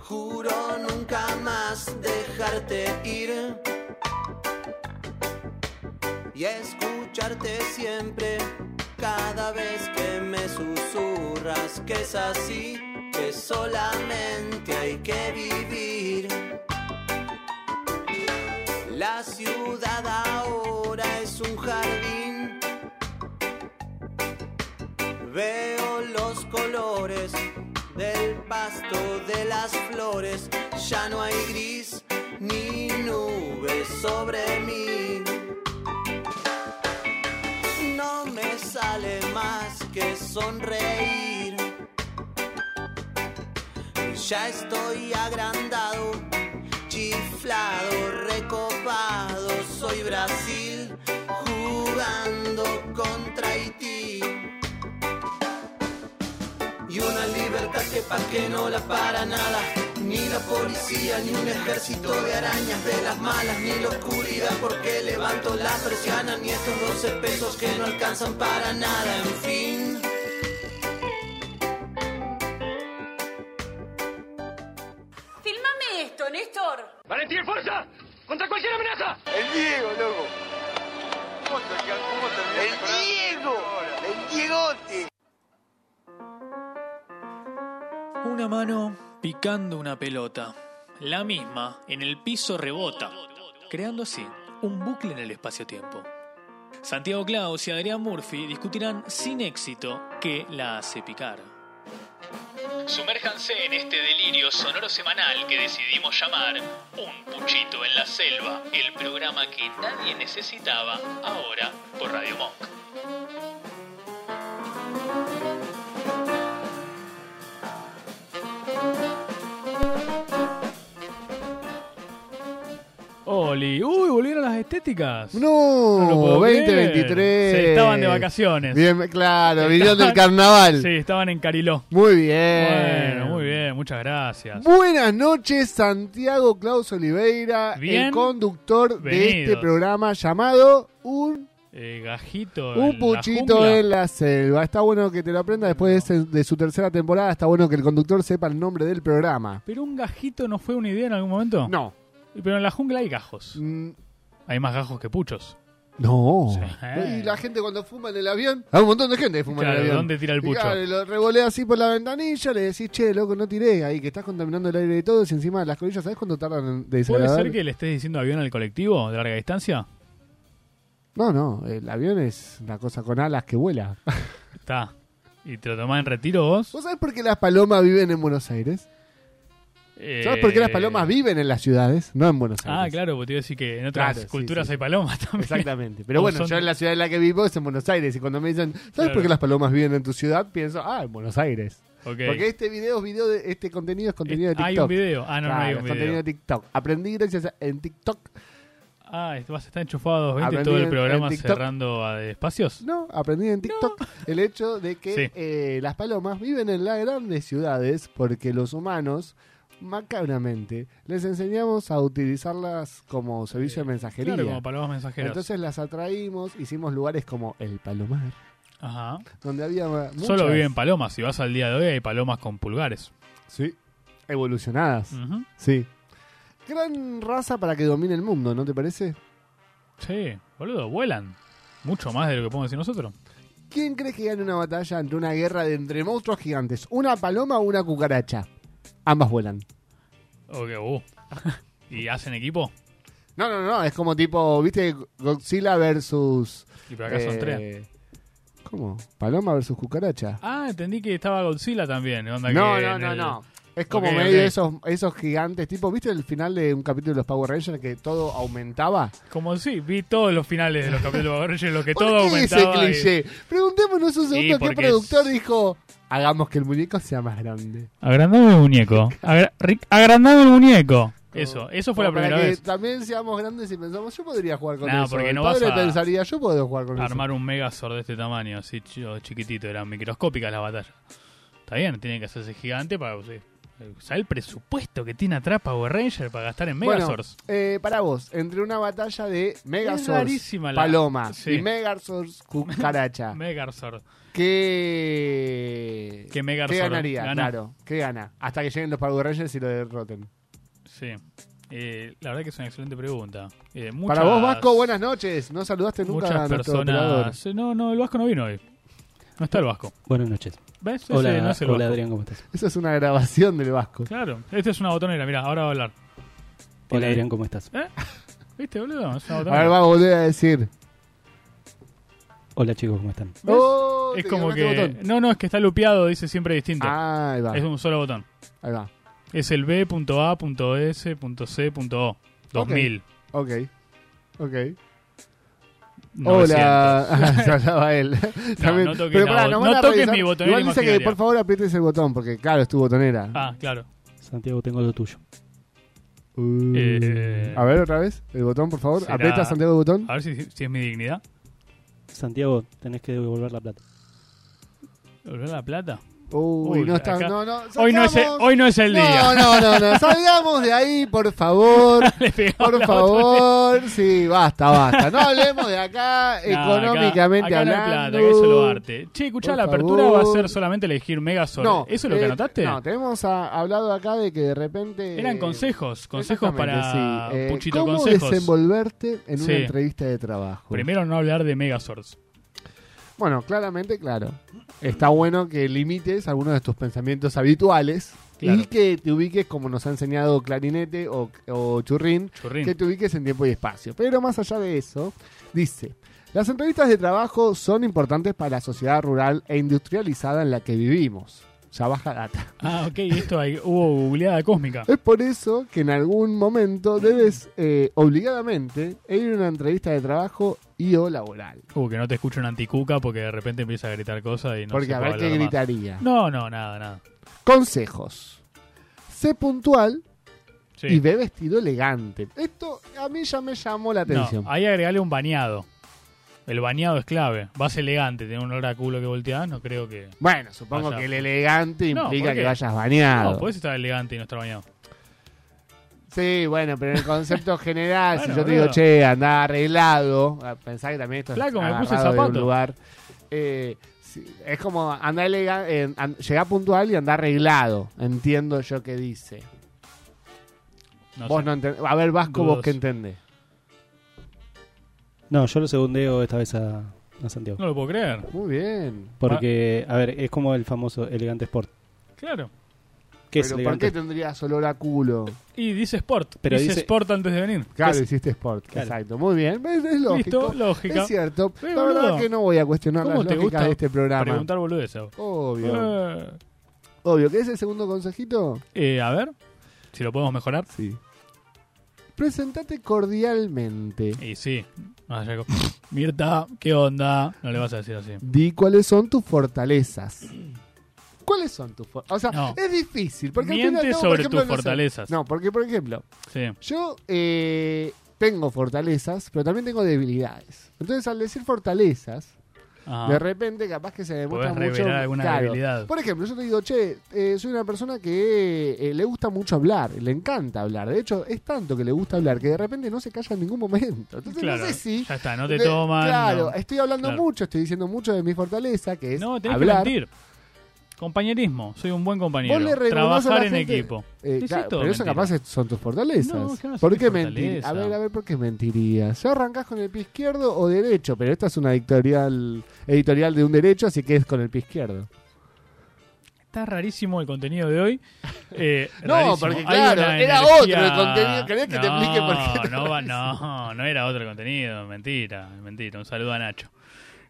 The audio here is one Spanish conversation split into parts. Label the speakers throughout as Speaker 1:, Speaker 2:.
Speaker 1: Juro nunca más dejarte ir y escucharte siempre cada vez que me susurras que es así, que solamente hay que vivir. La ciudad ahora es un jardín. Veo los colores del pasto de las flores, ya no hay gris ni nube sobre mí. No me sale más que sonreír. Ya estoy agrandado, chiflado, recopado, soy Brasil jugando contra Haití y una libertad que pa' que no la para nada. Ni la policía, ni un ejército de arañas de las malas, ni la oscuridad porque levanto la persiana, ni estos 12 pesos que no alcanzan para nada, en fin.
Speaker 2: Fílmame esto, Néstor.
Speaker 3: ¡Valentín, fuerza! ¡Contra cualquier amenaza!
Speaker 4: El Diego, loco. El Diego. El Diegote.
Speaker 5: Una mano picando una pelota. La misma en el piso rebota, creando así un bucle en el espacio-tiempo. Santiago Claus y Adrián Murphy discutirán sin éxito qué la hace picar. Sumérjanse en este delirio sonoro semanal que decidimos llamar Un Puchito en la Selva, el programa que nadie necesitaba ahora por Radio Monk.
Speaker 6: Oli, uy, volvieron las estéticas. No lo
Speaker 7: No,
Speaker 6: puedo
Speaker 7: 2023.
Speaker 6: creer. Se estaban de vacaciones.
Speaker 7: Bien, claro, vinieron del
Speaker 6: Estaban-
Speaker 7: carnaval.
Speaker 6: Sí, estaban en Cariló.
Speaker 7: Muy bien.
Speaker 6: Bueno, muy bien, muchas gracias.
Speaker 7: Buenas noches, Santiago Claus Oliveira,
Speaker 6: Bien.
Speaker 7: el conductor de
Speaker 6: Venido.
Speaker 7: este programa llamado Un,
Speaker 6: Eh, gajito.
Speaker 7: un
Speaker 6: en
Speaker 7: Puchito
Speaker 6: la
Speaker 7: en la Selva. Está bueno que te lo aprenda después de, ese- de su tercera temporada. Está bueno que el conductor sepa el nombre del programa.
Speaker 6: Pero un gajito no fue una idea en algún momento.
Speaker 7: No.
Speaker 6: Pero en la jungla hay gajos.
Speaker 7: Mm,
Speaker 6: Hay más gajos que puchos.
Speaker 7: No.
Speaker 6: Sí. Eh.
Speaker 7: Y la gente cuando fuma en el avión. Hay un montón de gente que fuma en
Speaker 6: Claro,
Speaker 7: el avión.
Speaker 6: ¿dónde tira el
Speaker 7: Y
Speaker 6: pucho?
Speaker 7: claro, lo revolea así por la ventanilla, le decís, che, loco, no tiré ahí, que estás contaminando el aire de todos y encima las colillas, ¿sabes cuánto tardan en
Speaker 6: ¿Puede
Speaker 7: desagradar?
Speaker 6: ser que le estés diciendo avión al colectivo de larga distancia?
Speaker 7: No, no, el avión es una cosa con alas que vuela.
Speaker 6: Está. ¿Y te lo tomás en retiro vos?
Speaker 7: ¿Vos sabés por qué las palomas viven en Buenos Aires? ¿Sabés
Speaker 6: Eh,
Speaker 7: por qué las palomas viven en las ciudades, no en Buenos Aires?
Speaker 6: Ah, claro, porque te iba a decir que en otras
Speaker 7: Claro, sí,
Speaker 6: culturas
Speaker 7: sí.
Speaker 6: hay palomas también.
Speaker 7: Exactamente. Pero
Speaker 6: O
Speaker 7: bueno,
Speaker 6: son-
Speaker 7: yo en la ciudad en la que vivo es en Buenos Aires. Y cuando me dicen, ¿sabes
Speaker 6: Claro.
Speaker 7: por qué las palomas viven en tu ciudad? Pienso, ah, en Buenos Aires.
Speaker 6: Ok.
Speaker 7: Porque este video es video de este contenido es contenido de
Speaker 6: Eh,
Speaker 7: TikTok.
Speaker 6: Hay un video. Ah, no,
Speaker 7: Claro,
Speaker 6: no hay un
Speaker 7: es
Speaker 6: video.
Speaker 7: contenido de TikTok. Aprendí gracias a, en TikTok.
Speaker 6: Ah, este- vas a estar enchufado a 220
Speaker 7: Aprendí
Speaker 6: todo
Speaker 7: en-
Speaker 6: el programa
Speaker 7: en TikTok.
Speaker 6: cerrando a espacios.
Speaker 7: No, aprendí en TikTok el hecho de que
Speaker 6: Sí.
Speaker 7: eh, las palomas viven en las grandes ciudades porque los humanos macabramente les enseñamos a utilizarlas como servicio de mensajería.
Speaker 6: Claro, como palomas mensajeras.
Speaker 7: Entonces las atraímos, hicimos lugares como el Palomar,
Speaker 6: Ajá.
Speaker 7: donde había ma- muchas
Speaker 6: Solo viven palomas. Si vas al día de hoy, hay palomas con pulgares.
Speaker 7: sí, evolucionadas.
Speaker 6: Ujú.
Speaker 7: Sí. Gran raza para que domine el mundo, ¿no te parece?
Speaker 6: Sí, boludo, vuelan. Mucho más de lo que podemos decir nosotros.
Speaker 7: ¿Quién crees que gana una batalla ante una guerra de entre monstruos gigantes? ¿Una paloma o una cucaracha? Ambas vuelan.
Speaker 6: Ok, uh. ¿Y hacen equipo?
Speaker 7: No, no, no, es como tipo, ¿viste? Godzilla versus.
Speaker 6: Y por acá son
Speaker 7: eh,
Speaker 6: tres.
Speaker 7: ¿Cómo? Paloma versus cucaracha.
Speaker 6: Ah, entendí que estaba Godzilla también. onda
Speaker 7: No,
Speaker 6: que
Speaker 7: no,
Speaker 6: en
Speaker 7: no,
Speaker 6: el-
Speaker 7: no. Es como
Speaker 6: Ok,
Speaker 7: medio
Speaker 6: ok.
Speaker 7: Esos, esos gigantes, tipo, ¿viste el final de un capítulo de los Power Rangers que todo aumentaba?
Speaker 6: Como sí, vi todos los finales de los capítulos de Power Rangers, lo que
Speaker 7: ¿Por
Speaker 6: todo
Speaker 7: qué ese
Speaker 6: aumentaba. y-
Speaker 7: cliché? Preguntémonos un segundo qué
Speaker 6: porque
Speaker 7: productor
Speaker 6: es-
Speaker 7: dijo, hagamos que el muñeco sea más grande.
Speaker 6: Agrandame el muñeco. Agra- Rick, agrandame el muñeco.
Speaker 7: chiquitos.
Speaker 6: Eso, eso fue
Speaker 7: Como
Speaker 6: la primera
Speaker 7: Oh. para que
Speaker 6: vez.
Speaker 7: También seamos grandes y pensamos, yo podría jugar con
Speaker 6: No,
Speaker 7: eso.
Speaker 6: porque
Speaker 7: El
Speaker 6: no vas
Speaker 7: padre
Speaker 6: a
Speaker 7: pensaría, yo puedo jugar con
Speaker 6: Armar un Megazord de este tamaño, así ch- chiquitito, eran microscópicas las batallas. Está bien, tiene que hacerse gigante para. sí. O sea, el presupuesto que tiene atrás Power Ranger para gastar en
Speaker 7: eso. Bueno,
Speaker 6: Megazords.
Speaker 7: eh, para vos, entre una batalla de Megazords
Speaker 6: rarísima la-
Speaker 7: Paloma
Speaker 6: sí.
Speaker 7: y Megazords Cucaracha,
Speaker 6: Megazord.
Speaker 7: ¿qué,
Speaker 6: Que Megazord
Speaker 7: ¿qué ganaría?
Speaker 6: gana.
Speaker 7: Claro, ¿qué gana? Hasta que lleguen los Power Rangers y lo derroten.
Speaker 6: Sí. Eh, la verdad que es una excelente pregunta. Eh,
Speaker 7: Para
Speaker 6: muchas-
Speaker 7: vos, Vasco, buenas noches. No saludaste nunca a
Speaker 6: Muchas
Speaker 7: nuestro operador.
Speaker 6: personas. No, no, el Vasco no vino hoy. No está el Vasco.
Speaker 8: Buenas noches.
Speaker 6: ¿Ves? Ese
Speaker 8: Hola,
Speaker 6: no es el
Speaker 8: hola,
Speaker 6: Vasco.
Speaker 8: Adrián, ¿cómo estás?
Speaker 7: Eso es una grabación del Vasco.
Speaker 6: Claro, esta es una botonera, mira, ahora va a hablar.
Speaker 8: Hola,
Speaker 6: ahí.
Speaker 8: Adrián, ¿cómo estás?
Speaker 6: ¿Eh? ¿Viste, boludo? Es una
Speaker 7: A ver,
Speaker 6: botonera.
Speaker 7: va a volver a decir.
Speaker 8: Hola, chicos, ¿cómo están?
Speaker 6: ¿Ves?
Speaker 7: ¡Oh!
Speaker 6: es
Speaker 7: te
Speaker 6: como
Speaker 7: equivocaste
Speaker 6: que.
Speaker 7: de botón.
Speaker 6: No, no, es que está lupeado, dice siempre distinto.
Speaker 7: Ah, ahí va.
Speaker 6: Es un solo botón.
Speaker 7: Ahí va.
Speaker 6: Es el B.A.S.C.O. 2000.
Speaker 7: Ok. Ok.
Speaker 6: 900.
Speaker 7: Hola. Ah, se hablaba él. También.
Speaker 6: no toques
Speaker 7: Pero
Speaker 6: la
Speaker 7: pará,
Speaker 6: bot-
Speaker 7: nos
Speaker 6: no
Speaker 7: van a
Speaker 6: toques
Speaker 7: revisar.
Speaker 6: mi botonera
Speaker 7: Igual dice que
Speaker 6: imaginaria.
Speaker 7: por favor aprietes el botón, porque claro, es tu botonera.
Speaker 6: Ah, claro.
Speaker 8: Santiago, tengo lo tuyo.
Speaker 7: Uh.
Speaker 6: eh.
Speaker 7: a ver, otra vez. El botón, por favor.
Speaker 6: Será-
Speaker 7: Aprieta, Santiago, el botón.
Speaker 6: A ver si, si es mi dignidad.
Speaker 8: Santiago, tenés que devolver la plata.
Speaker 6: ¿Volver la plata?
Speaker 7: Uy,
Speaker 6: Uy,
Speaker 7: no está.
Speaker 6: acá-
Speaker 7: No, no.
Speaker 6: Hoy no, es el,
Speaker 7: salgamos.
Speaker 6: hoy no es el día.
Speaker 7: No, no, no, no. Salgamos de ahí, por favor.
Speaker 6: Le pegamos
Speaker 7: Por
Speaker 6: la
Speaker 7: favor, sí, basta, basta. No hablemos de acá,
Speaker 6: No, acá-
Speaker 7: Eh, económicamente
Speaker 6: acá
Speaker 7: hablando.
Speaker 6: No hay plata, acá es solo arte. Che, escuchá,
Speaker 7: Por
Speaker 6: la apertura va a
Speaker 7: favor.
Speaker 6: ser solamente elegir Megazord.
Speaker 7: No,
Speaker 6: ¿Eso es lo que
Speaker 7: eh,
Speaker 6: anotaste?
Speaker 7: No, tenemos ah, hablado acá de que de repente.
Speaker 6: Eran consejos, consejos para
Speaker 7: Exactamente, sí. Eh,
Speaker 6: Puchito
Speaker 7: ¿Cómo
Speaker 6: Consejos.
Speaker 7: desenvolverte en
Speaker 6: Sí.
Speaker 7: una entrevista de trabajo?
Speaker 6: Primero no hablar de Megazords.
Speaker 7: Bueno, claramente, claro. Está bueno que limites algunos de tus pensamientos habituales
Speaker 6: Claro.
Speaker 7: y que te ubiques como nos ha enseñado Clarinete o, o Churrín,
Speaker 6: Churrín.
Speaker 7: que te ubiques en tiempo y espacio. Pero más allá de eso, dice, las entrevistas de trabajo son importantes para la sociedad rural e industrializada en la que vivimos. Ya baja data.
Speaker 6: Ah, ok, esto hay, hubo googleada cósmica.
Speaker 7: Es por eso que en algún momento debes eh, obligadamente ir a una entrevista de trabajo y o laboral.
Speaker 6: Uh, que no te escucho un anticuca porque de repente empieza a gritar cosas y no
Speaker 7: porque
Speaker 6: se
Speaker 7: a
Speaker 6: puede
Speaker 7: ver qué
Speaker 6: hablar más.
Speaker 7: gritaría.
Speaker 6: No, no, nada, nada.
Speaker 7: Consejos. Sé puntual
Speaker 6: Sí.
Speaker 7: y ve vestido elegante. Esto a mí ya me llamó la
Speaker 6: No,
Speaker 7: atención.
Speaker 6: ahí agregale un bañado. El bañado es clave. Vas elegante, tenés un olor a culo que volteás, no creo que...
Speaker 7: Bueno, supongo
Speaker 6: Vaya.
Speaker 7: que el elegante
Speaker 6: No,
Speaker 7: implica
Speaker 6: ¿por qué?
Speaker 7: que vayas bañado.
Speaker 6: No, pues podés estar elegante y no estar bañado.
Speaker 7: Sí, bueno, pero en el concepto general,
Speaker 6: Bueno,
Speaker 7: si yo te digo,
Speaker 6: boludo.
Speaker 7: che, andá arreglado, ah, pensá que también esto
Speaker 6: Flaco,
Speaker 7: es
Speaker 6: me puse
Speaker 7: agarrado de un
Speaker 6: zapato.
Speaker 7: lugar. Eh, sí, es como andá elegante, llegá puntual y andá arreglado. Entiendo yo que dice.
Speaker 6: No
Speaker 7: vos
Speaker 6: sé.
Speaker 7: no entendés. A ver, Vasco, vos
Speaker 6: Dudoso.
Speaker 7: qué entendés.
Speaker 8: No, yo lo segundeo esta vez a, a Santiago.
Speaker 6: No lo puedo creer.
Speaker 7: Muy bien.
Speaker 8: Porque, a ver, es como el famoso elegante sport.
Speaker 6: Claro.
Speaker 8: ¿Qué es
Speaker 7: pero ¿por
Speaker 8: elegante?
Speaker 7: qué tendrías olor a culo?
Speaker 6: Y dice Sport.
Speaker 8: Pero
Speaker 6: dice,
Speaker 8: dice-
Speaker 6: Sport antes de venir.
Speaker 7: Claro,
Speaker 8: Es-
Speaker 7: hiciste sport.
Speaker 8: Claro.
Speaker 7: Exacto, muy bien. Es, es lógico.
Speaker 6: Listo, lógica.
Speaker 7: Es cierto.
Speaker 6: Eh,
Speaker 7: la verdad
Speaker 6: boludo.
Speaker 7: que no voy a cuestionar las
Speaker 6: ¿Cómo te
Speaker 7: lógicas
Speaker 6: gusta
Speaker 7: de este programa.
Speaker 6: Preguntar boludeza.
Speaker 7: Obvio.
Speaker 6: Eh,
Speaker 7: Obvio. ¿Qué es el segundo consejito?
Speaker 6: eh, a ver, si lo podemos mejorar.
Speaker 7: Sí. Presentate cordialmente.
Speaker 6: Y sí. No, ya- Mirta, ¿qué onda? No le vas a decir así.
Speaker 7: Di cuáles son tus fortalezas. ¿Cuáles son tus fortalezas? O sea,
Speaker 6: No.
Speaker 7: es difícil. Porque al fin y al
Speaker 6: Miente
Speaker 7: cabo, por
Speaker 6: sobre
Speaker 7: ejemplo,
Speaker 6: tus
Speaker 7: no sé.
Speaker 6: fortalezas.
Speaker 7: No, porque, por ejemplo,
Speaker 6: Sí.
Speaker 7: yo eh, tengo fortalezas, pero también tengo debilidades. Entonces, al decir fortalezas,
Speaker 6: Ajá.
Speaker 7: De repente, capaz que se demuestra
Speaker 6: Ah. Podés
Speaker 7: mucho.
Speaker 6: revelar alguna debilidad.
Speaker 7: Por ejemplo, yo te digo, che, eh, soy una persona que eh, le gusta mucho hablar, le encanta hablar. De hecho, es tanto que le gusta hablar que de repente no se calla en ningún momento. Entonces,
Speaker 6: Claro,
Speaker 7: no sé si.
Speaker 6: ya está, no te
Speaker 7: de-
Speaker 6: toman.
Speaker 7: Claro,
Speaker 6: no.
Speaker 7: estoy hablando
Speaker 6: Claro.
Speaker 7: mucho, estoy diciendo mucho de mi fortaleza, que es.
Speaker 6: No, tenés
Speaker 7: hablar.
Speaker 6: que mentir. Compañerismo, soy un buen compañero.
Speaker 7: Vos le reconoces a
Speaker 6: Trabajar
Speaker 7: la
Speaker 6: en
Speaker 7: gente-
Speaker 6: equipo.
Speaker 7: Eh,
Speaker 6: Decí
Speaker 7: claro,
Speaker 6: todo
Speaker 7: pero eso
Speaker 6: mentira.
Speaker 7: capaz es- son tus fortalezas.
Speaker 6: No, ¿qué van a ser
Speaker 7: ¿Por
Speaker 6: mis
Speaker 7: qué mentir?
Speaker 6: fortalezas?
Speaker 7: A ver, a ver, ¿por qué mentirías? Ya arrancás con el pie izquierdo o derecho, pero esta es una editorial, editorial de un derecho, así que es con el pie izquierdo.
Speaker 6: Está rarísimo el contenido de hoy. Eh,
Speaker 7: No,
Speaker 6: rarísimo.
Speaker 7: porque
Speaker 6: Hay
Speaker 7: claro,
Speaker 6: una
Speaker 7: era
Speaker 6: energía-
Speaker 7: otro el contenido. ¿Querés que te
Speaker 6: No,
Speaker 7: explique por qué?
Speaker 6: No, va- no, no era otro el contenido. Mentira, mentira. Un saludo a Nacho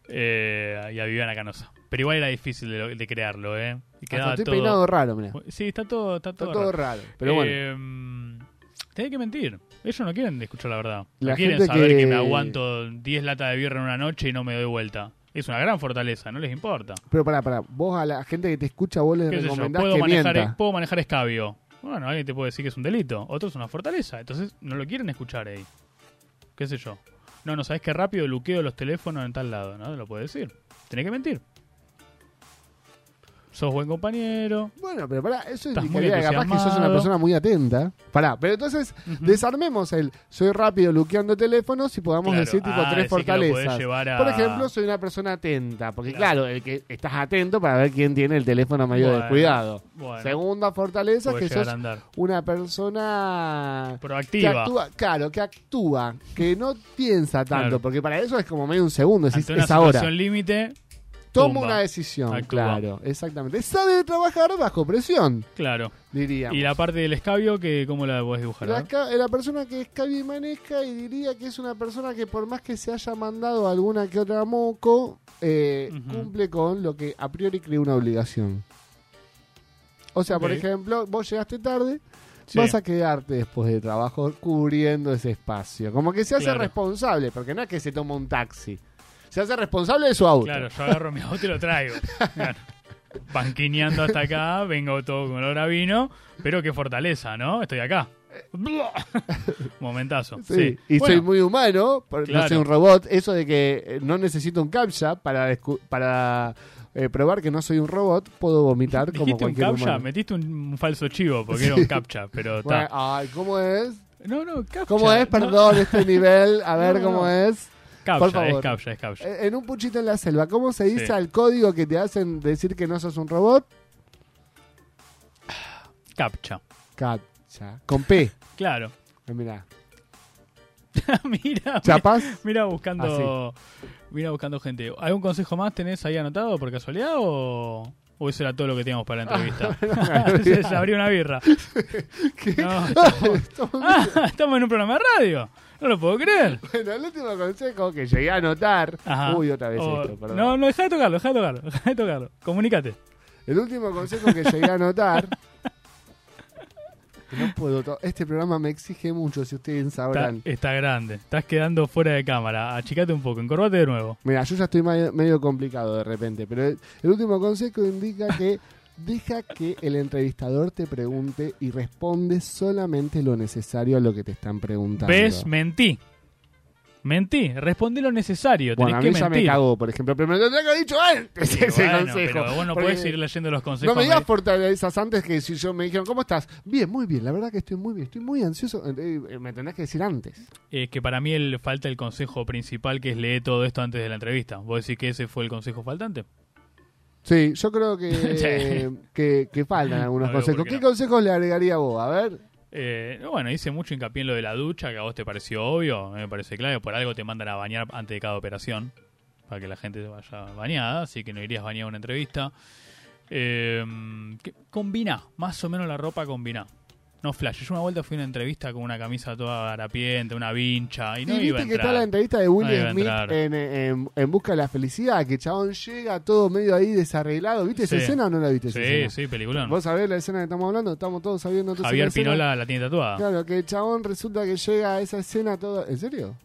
Speaker 6: eh, y a Viviana Canosa. Pero igual era difícil de, lo- de crearlo, ¿eh? Y
Speaker 7: Hasta
Speaker 6: quedaba
Speaker 7: Ah, estoy
Speaker 6: todo.
Speaker 7: peinado raro, mira.
Speaker 6: Sí, está todo, está
Speaker 7: Está
Speaker 6: todo.
Speaker 7: todo
Speaker 6: raro.
Speaker 7: raro. Pero bueno.
Speaker 6: Eh, tenés que mentir. Ellos no quieren escuchar la verdad.
Speaker 7: La
Speaker 6: no quieren
Speaker 7: gente
Speaker 6: saber que...
Speaker 7: que
Speaker 6: me aguanto 10 latas de birra en una noche y no me doy vuelta. Es una gran fortaleza, no les importa.
Speaker 7: Pero pará, pará. Vos a la gente que te escucha, vos les
Speaker 6: ¿Qué sé yo?
Speaker 7: recomendás
Speaker 6: Puedo
Speaker 7: que
Speaker 6: manejar, e-
Speaker 7: mienta.
Speaker 6: puedo manejar escabio. Bueno, alguien te puede decir que es un delito, otro es una fortaleza, entonces no lo quieren escuchar ahí. ¿Qué sé yo? No, no sabes qué rápido luqueo los teléfonos en tal lado, ¿no? Te lo puede decir. Tenés que mentir. Sos buen compañero.
Speaker 7: Bueno, pero pará, eso
Speaker 6: Estás muy
Speaker 7: indicaría capaz que sos una
Speaker 6: entusiasmado.
Speaker 7: persona muy atenta. Pará, pero entonces desarmemos el soy rápido luqueando teléfonos y podamos
Speaker 6: Claro.
Speaker 7: decir tipo
Speaker 6: Ah,
Speaker 7: tres
Speaker 6: decís que lo podés
Speaker 7: fortalezas.
Speaker 6: llevar a-
Speaker 7: Por ejemplo, soy una persona atenta, porque claro. el que estás atento para ver quién tiene el teléfono medio
Speaker 6: Bueno,
Speaker 7: descuidado.
Speaker 6: bueno.
Speaker 7: Segunda fortaleza
Speaker 6: Podés
Speaker 7: que
Speaker 6: llegar
Speaker 7: sos
Speaker 6: a andar.
Speaker 7: una persona que
Speaker 6: Proactiva.
Speaker 7: actúa, claro, que actúa, que no piensa tanto,
Speaker 6: Claro.
Speaker 7: porque para eso es como medio un segundo, decís,
Speaker 6: Ante una
Speaker 7: es ahora.
Speaker 6: situación límite,
Speaker 7: Toma
Speaker 6: tumba.
Speaker 7: una decisión,
Speaker 6: Actúa.
Speaker 7: claro, exactamente. Sabe trabajar bajo presión,
Speaker 6: claro.
Speaker 7: diríamos.
Speaker 6: Y la parte del escabio, que ¿cómo la podés dibujar?
Speaker 7: La,
Speaker 6: A ver.
Speaker 7: ca- eh, la persona que es y maneja y diría que es una persona que por más que se haya mandado alguna que otra moco, eh,
Speaker 6: Ujú.
Speaker 7: cumple con lo que a priori cree una obligación. O sea, por
Speaker 6: Ok.
Speaker 7: ejemplo, vos llegaste tarde,
Speaker 6: Sí.
Speaker 7: vas a quedarte después de trabajo cubriendo ese espacio. Como que se hace
Speaker 6: Claro.
Speaker 7: responsable, porque no es que se toma un taxi. Se hace responsable de su auto.
Speaker 6: Claro, yo agarro mi auto y lo traigo. Claro. Panquineando hasta acá, vengo todo con olor a vino, pero qué fortaleza, ¿no? Estoy acá. Blah. Momentazo.
Speaker 7: Eh. Sí,
Speaker 6: Sí.
Speaker 7: Y
Speaker 6: Bueno,
Speaker 7: soy muy humano, por- no
Speaker 6: Claro.
Speaker 7: soy un robot. Eso de que eh, no necesito un captcha para, descu- para eh, probar que no soy un robot, puedo vomitar como
Speaker 6: Dijiste un
Speaker 7: cualquier
Speaker 6: captcha,
Speaker 7: humano.
Speaker 6: metiste un, un falso chivo porque era un captcha, pero
Speaker 7: Bueno,
Speaker 6: está.
Speaker 7: ay, ¿cómo es?
Speaker 6: No, no, captcha.
Speaker 7: ¿Cómo es?
Speaker 6: no.
Speaker 7: Perdón, este nivel. A ver
Speaker 6: No,
Speaker 7: cómo
Speaker 6: no.
Speaker 7: es.
Speaker 6: Captcha,
Speaker 7: por favor.
Speaker 6: es captcha, es captcha.
Speaker 7: Eh, En un puchito en la selva, ¿cómo se dice
Speaker 6: Sí.
Speaker 7: al código que te hacen decir que no sos un robot?
Speaker 6: Captcha.
Speaker 7: Captcha. Con P.
Speaker 6: Claro.
Speaker 7: Eh, Mirá.
Speaker 6: mira, mira,
Speaker 7: Chapas. Ah,
Speaker 6: mira buscando, mira buscando gente. ¿Algún consejo más tenés ahí anotado por casualidad o, o eso era todo lo que teníamos para la entrevista? se, se abrió una birra. No, estamos, Ah, estamos en un programa de radio. No lo puedo creer.
Speaker 7: Bueno, el último consejo que llegué a anotar.
Speaker 6: Ajá.
Speaker 7: Uy, otra vez
Speaker 6: O-
Speaker 7: esto, perdón.
Speaker 6: No, no, deja de tocarlo, deja de tocarlo, deja de tocarlo. Comunicate.
Speaker 7: El último consejo que llegué a anotar. que no puedo. to- Este programa me exige mucho, si ustedes
Speaker 6: Está,
Speaker 7: sabrán.
Speaker 6: está grande. Estás quedando fuera de cámara. Achicate un poco, encorvate de nuevo.
Speaker 7: Mira, yo ya estoy ma- medio complicado de repente, pero el, el último consejo indica que deja que el entrevistador te pregunte y responde solamente lo necesario a lo que te están preguntando.
Speaker 6: ¿Ves? Mentí. Mentí. Respondí lo necesario.
Speaker 7: bueno, a mí
Speaker 6: Tenés que
Speaker 7: ya me
Speaker 6: mentir.
Speaker 7: cagó, por ejemplo, pero me lo tendría que haber dicho antes
Speaker 6: Sí,
Speaker 7: ese
Speaker 6: bueno,
Speaker 7: consejo.
Speaker 6: Pero vos no
Speaker 7: porque-
Speaker 6: podés ir leyendo los consejos.
Speaker 7: No me digas
Speaker 6: medi-
Speaker 7: fortalezas antes que si yo me dijeron, ¿cómo estás? Bien, muy bien, la verdad que estoy muy bien, estoy muy ansioso. Eh, eh, Me tendrás que decir antes.
Speaker 6: eh, que para mí el, falta el consejo principal que es leer todo esto antes de la entrevista. ¿Vos decís que ese fue el consejo faltante?
Speaker 7: Sí, yo creo que,
Speaker 6: Sí.
Speaker 7: que, que faltan algunos
Speaker 6: No veo
Speaker 7: consejos.
Speaker 6: por
Speaker 7: ¿Qué
Speaker 6: qué no.
Speaker 7: consejos le agregaría vos? A ver.
Speaker 6: Eh, bueno, hice mucho hincapié en lo de la ducha, que a vos te pareció obvio, a mí me parece claro, por algo te mandan a bañar antes de cada operación, para que la gente se vaya bañada, así que no irías bañada a una entrevista. Eh, que- combiná, más o menos la ropa combiná. No flash, yo una vuelta fui a una entrevista con una camisa toda harapiente, una vincha, y no
Speaker 7: y
Speaker 6: iba a
Speaker 7: viste que está
Speaker 6: entrar.
Speaker 7: la entrevista de Will
Speaker 6: No iba a
Speaker 7: Smith
Speaker 6: entrar.
Speaker 7: en, en- en Busca de la Felicidad, que chabón llega todo medio ahí desarreglado. ¿Viste esa
Speaker 6: Sí.
Speaker 7: escena o no la viste? esa
Speaker 6: Sí,
Speaker 7: escena?
Speaker 6: sí, peliculón.
Speaker 7: ¿Vos sabés la escena que estamos hablando? Estamos todos sabiendo. entonces la
Speaker 6: Javier
Speaker 7: escena.
Speaker 6: Pinola la tiene tatuada. Claro,
Speaker 7: Claro, que el chabón resulta que llega a esa escena todo... ¿En serio?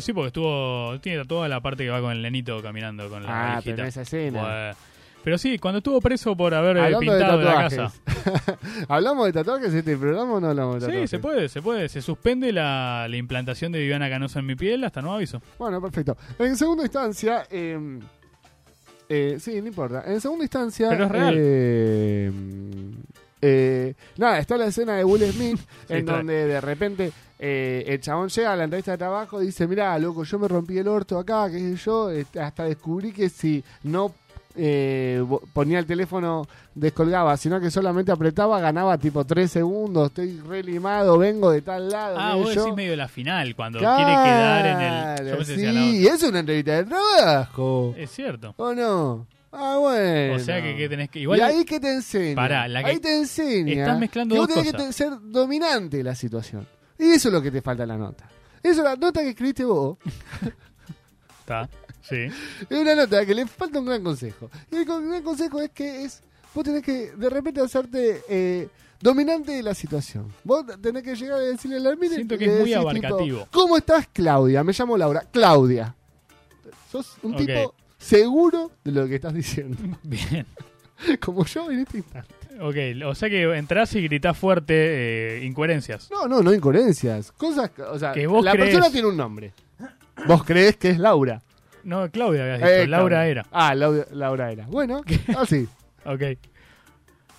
Speaker 6: sí, porque estuvo. Tiene tatuada la parte que va con el nenito caminando con la
Speaker 7: ah, pero en
Speaker 6: valijita.
Speaker 7: esa escena.
Speaker 6: Bueno. Pero sí, cuando estuvo preso por haber eh,
Speaker 7: Hablando de
Speaker 6: pintado la
Speaker 7: tatuajes.
Speaker 6: casa.
Speaker 7: ¿Hablamos de tatuajes en este programa o no hablamos de tatuajes?
Speaker 6: Sí, se puede, se puede. Se suspende la, la implantación de Viviana Canosa en mi piel hasta nuevo aviso.
Speaker 7: Bueno, perfecto. En segunda instancia, eh, eh, sí, no importa. En segunda instancia,
Speaker 6: Pero es real.
Speaker 7: eh, eh, nada, está la escena de Will Smith en
Speaker 6: está.
Speaker 7: donde de repente eh, el chabón llega a la entrevista de trabajo y dice, mirá, loco, yo me rompí el orto acá, qué sé yo, eh, hasta descubrí que si no eh, bo- ponía el teléfono, descolgaba, sino que solamente apretaba, ganaba tipo 3 segundos, estoy relimado, vengo de tal lado.
Speaker 6: Ah,
Speaker 7: qué sé
Speaker 6: vos
Speaker 7: yo".
Speaker 6: decís medio la final, cuando quiere quedar en el. Yo pensé que decía la
Speaker 7: sí,
Speaker 6: otra.
Speaker 7: es una entrevista de trabajo.
Speaker 6: Es cierto.
Speaker 7: ¿O no? Ah, bueno.
Speaker 6: O sea que, que tenés que.
Speaker 7: Igual,
Speaker 6: Igual.
Speaker 7: ¿Y ahí que te enseña?
Speaker 6: Pará, la que-
Speaker 7: ahí te enseña.
Speaker 6: Estás mezclando
Speaker 7: que vos
Speaker 6: dos
Speaker 7: tenés
Speaker 6: cosas.
Speaker 7: que te- ser dominante la situación. Y eso es lo que te falta en la nota. Eso es la nota que escribiste vos.
Speaker 6: Está. Sí.
Speaker 7: Es una nota que le falta un gran consejo. Y el con- gran consejo es que es vos tenés que de repente hacerte eh, dominante de la situación. Vos tenés que llegar a decirle a la mina y
Speaker 6: Siento que
Speaker 7: le
Speaker 6: es muy
Speaker 7: decís,
Speaker 6: abarcativo.
Speaker 7: tipo, ¿Cómo estás, Claudia? Me llamo Laura. Claudia. Sos un
Speaker 6: Ok.
Speaker 7: tipo seguro de lo que estás diciendo.
Speaker 6: Bien.
Speaker 7: Como yo en este instante.
Speaker 6: Ok, o sea que entrás y gritás fuerte eh, incoherencias.
Speaker 7: No, no, no incoherencias. Cosas, que- o sea,
Speaker 6: Que vos
Speaker 7: la
Speaker 6: crees.
Speaker 7: persona tiene un nombre. Vos crees que es Laura.
Speaker 6: No, Claudia habías dicho,
Speaker 7: Eh,
Speaker 6: Laura
Speaker 7: claro.
Speaker 6: era.
Speaker 7: Ah, Laura, Laura era. Bueno, así.
Speaker 6: Ok.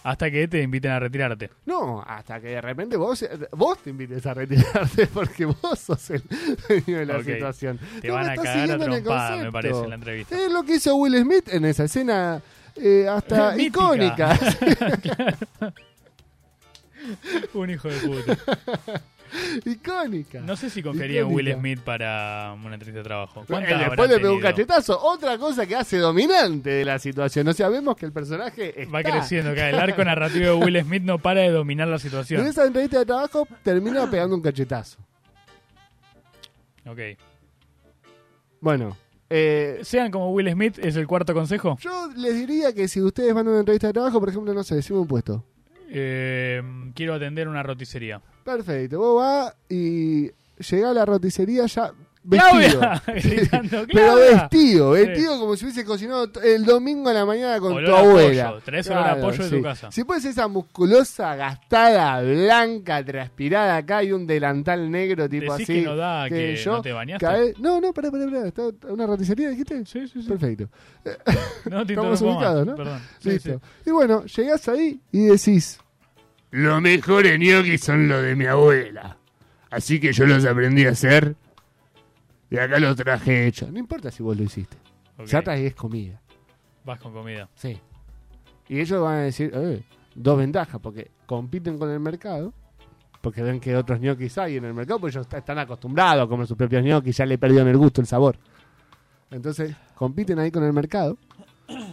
Speaker 6: Hasta que te inviten a retirarte.
Speaker 7: No, hasta que de repente vos, vos te invites a retirarte porque vos sos el dueño de la
Speaker 6: Ok.
Speaker 7: situación.
Speaker 6: Te
Speaker 7: No,
Speaker 6: van
Speaker 7: me
Speaker 6: a
Speaker 7: estás
Speaker 6: cagar a
Speaker 7: siguiendo en el
Speaker 6: trompada, me
Speaker 7: concepto.
Speaker 6: parece, en la entrevista.
Speaker 7: Es lo que hizo Will Smith en esa escena eh, hasta
Speaker 6: Mítica.
Speaker 7: icónica.
Speaker 6: Un hijo de puta.
Speaker 7: icónica.
Speaker 6: No sé si confiaría en Will
Speaker 7: Icónica.
Speaker 6: Smith para una entrevista de trabajo. ¿Cuántas
Speaker 7: Él
Speaker 6: habrá
Speaker 7: después le pegó un
Speaker 6: tenido?
Speaker 7: cachetazo. Otra cosa que hace dominante de la situación. O sea, vemos que el personaje está.
Speaker 6: Va creciendo, que el arco narrativo de Will Smith no para de dominar la situación.
Speaker 7: En esa entrevista de trabajo termina pegando un cachetazo.
Speaker 6: Ok.
Speaker 7: Bueno, eh,
Speaker 6: Sean como Will Smith, es el cuarto consejo.
Speaker 7: yo les diría que si ustedes van a una entrevista de trabajo, por ejemplo, no sé, decime un puesto.
Speaker 6: Eh, quiero atender una roticería.
Speaker 7: Perfecto, vos vas y llegás a la roticería ya vestido.
Speaker 6: ¡Claudia! Gritando,
Speaker 7: Pero
Speaker 6: ¡Claudia!
Speaker 7: vestido, vestido como si hubiese cocinado t- el domingo a la mañana con
Speaker 6: Olor
Speaker 7: tu
Speaker 6: a pollo,
Speaker 7: abuela.
Speaker 6: traes olor a pollo de tu casa.
Speaker 7: Si puedes esa musculosa, gastada, blanca, transpirada acá y un delantal negro tipo
Speaker 6: Decís
Speaker 7: así.
Speaker 6: que no da, que no te bañaste.
Speaker 7: cae- No, no, pará, pará, pará. ¿Está ¿Una roticería dijiste?
Speaker 6: Sí, sí, sí.
Speaker 7: Perfecto.
Speaker 6: No te
Speaker 7: Estamos
Speaker 6: interrumpo más,
Speaker 7: ubicados, ¿no?
Speaker 6: Perdón. Sí,
Speaker 7: Listo.
Speaker 6: sí.
Speaker 7: Y bueno, llegás ahí y decís.
Speaker 9: Los mejores ñoquis son los de mi abuela. Así que yo los aprendí a hacer. Y acá los traje hechos.
Speaker 7: No importa si vos lo hiciste.
Speaker 6: Ok,
Speaker 7: Ya traes comida.
Speaker 6: Vas con comida.
Speaker 7: Sí. Y ellos van a decir, eh, dos ventajas, porque compiten con el mercado, porque ven que otros ñoquis hay en el mercado, porque ellos está- están acostumbrados a comer sus propios ñoquis, ya le perdieron el gusto, el sabor. Entonces, compiten ahí con el mercado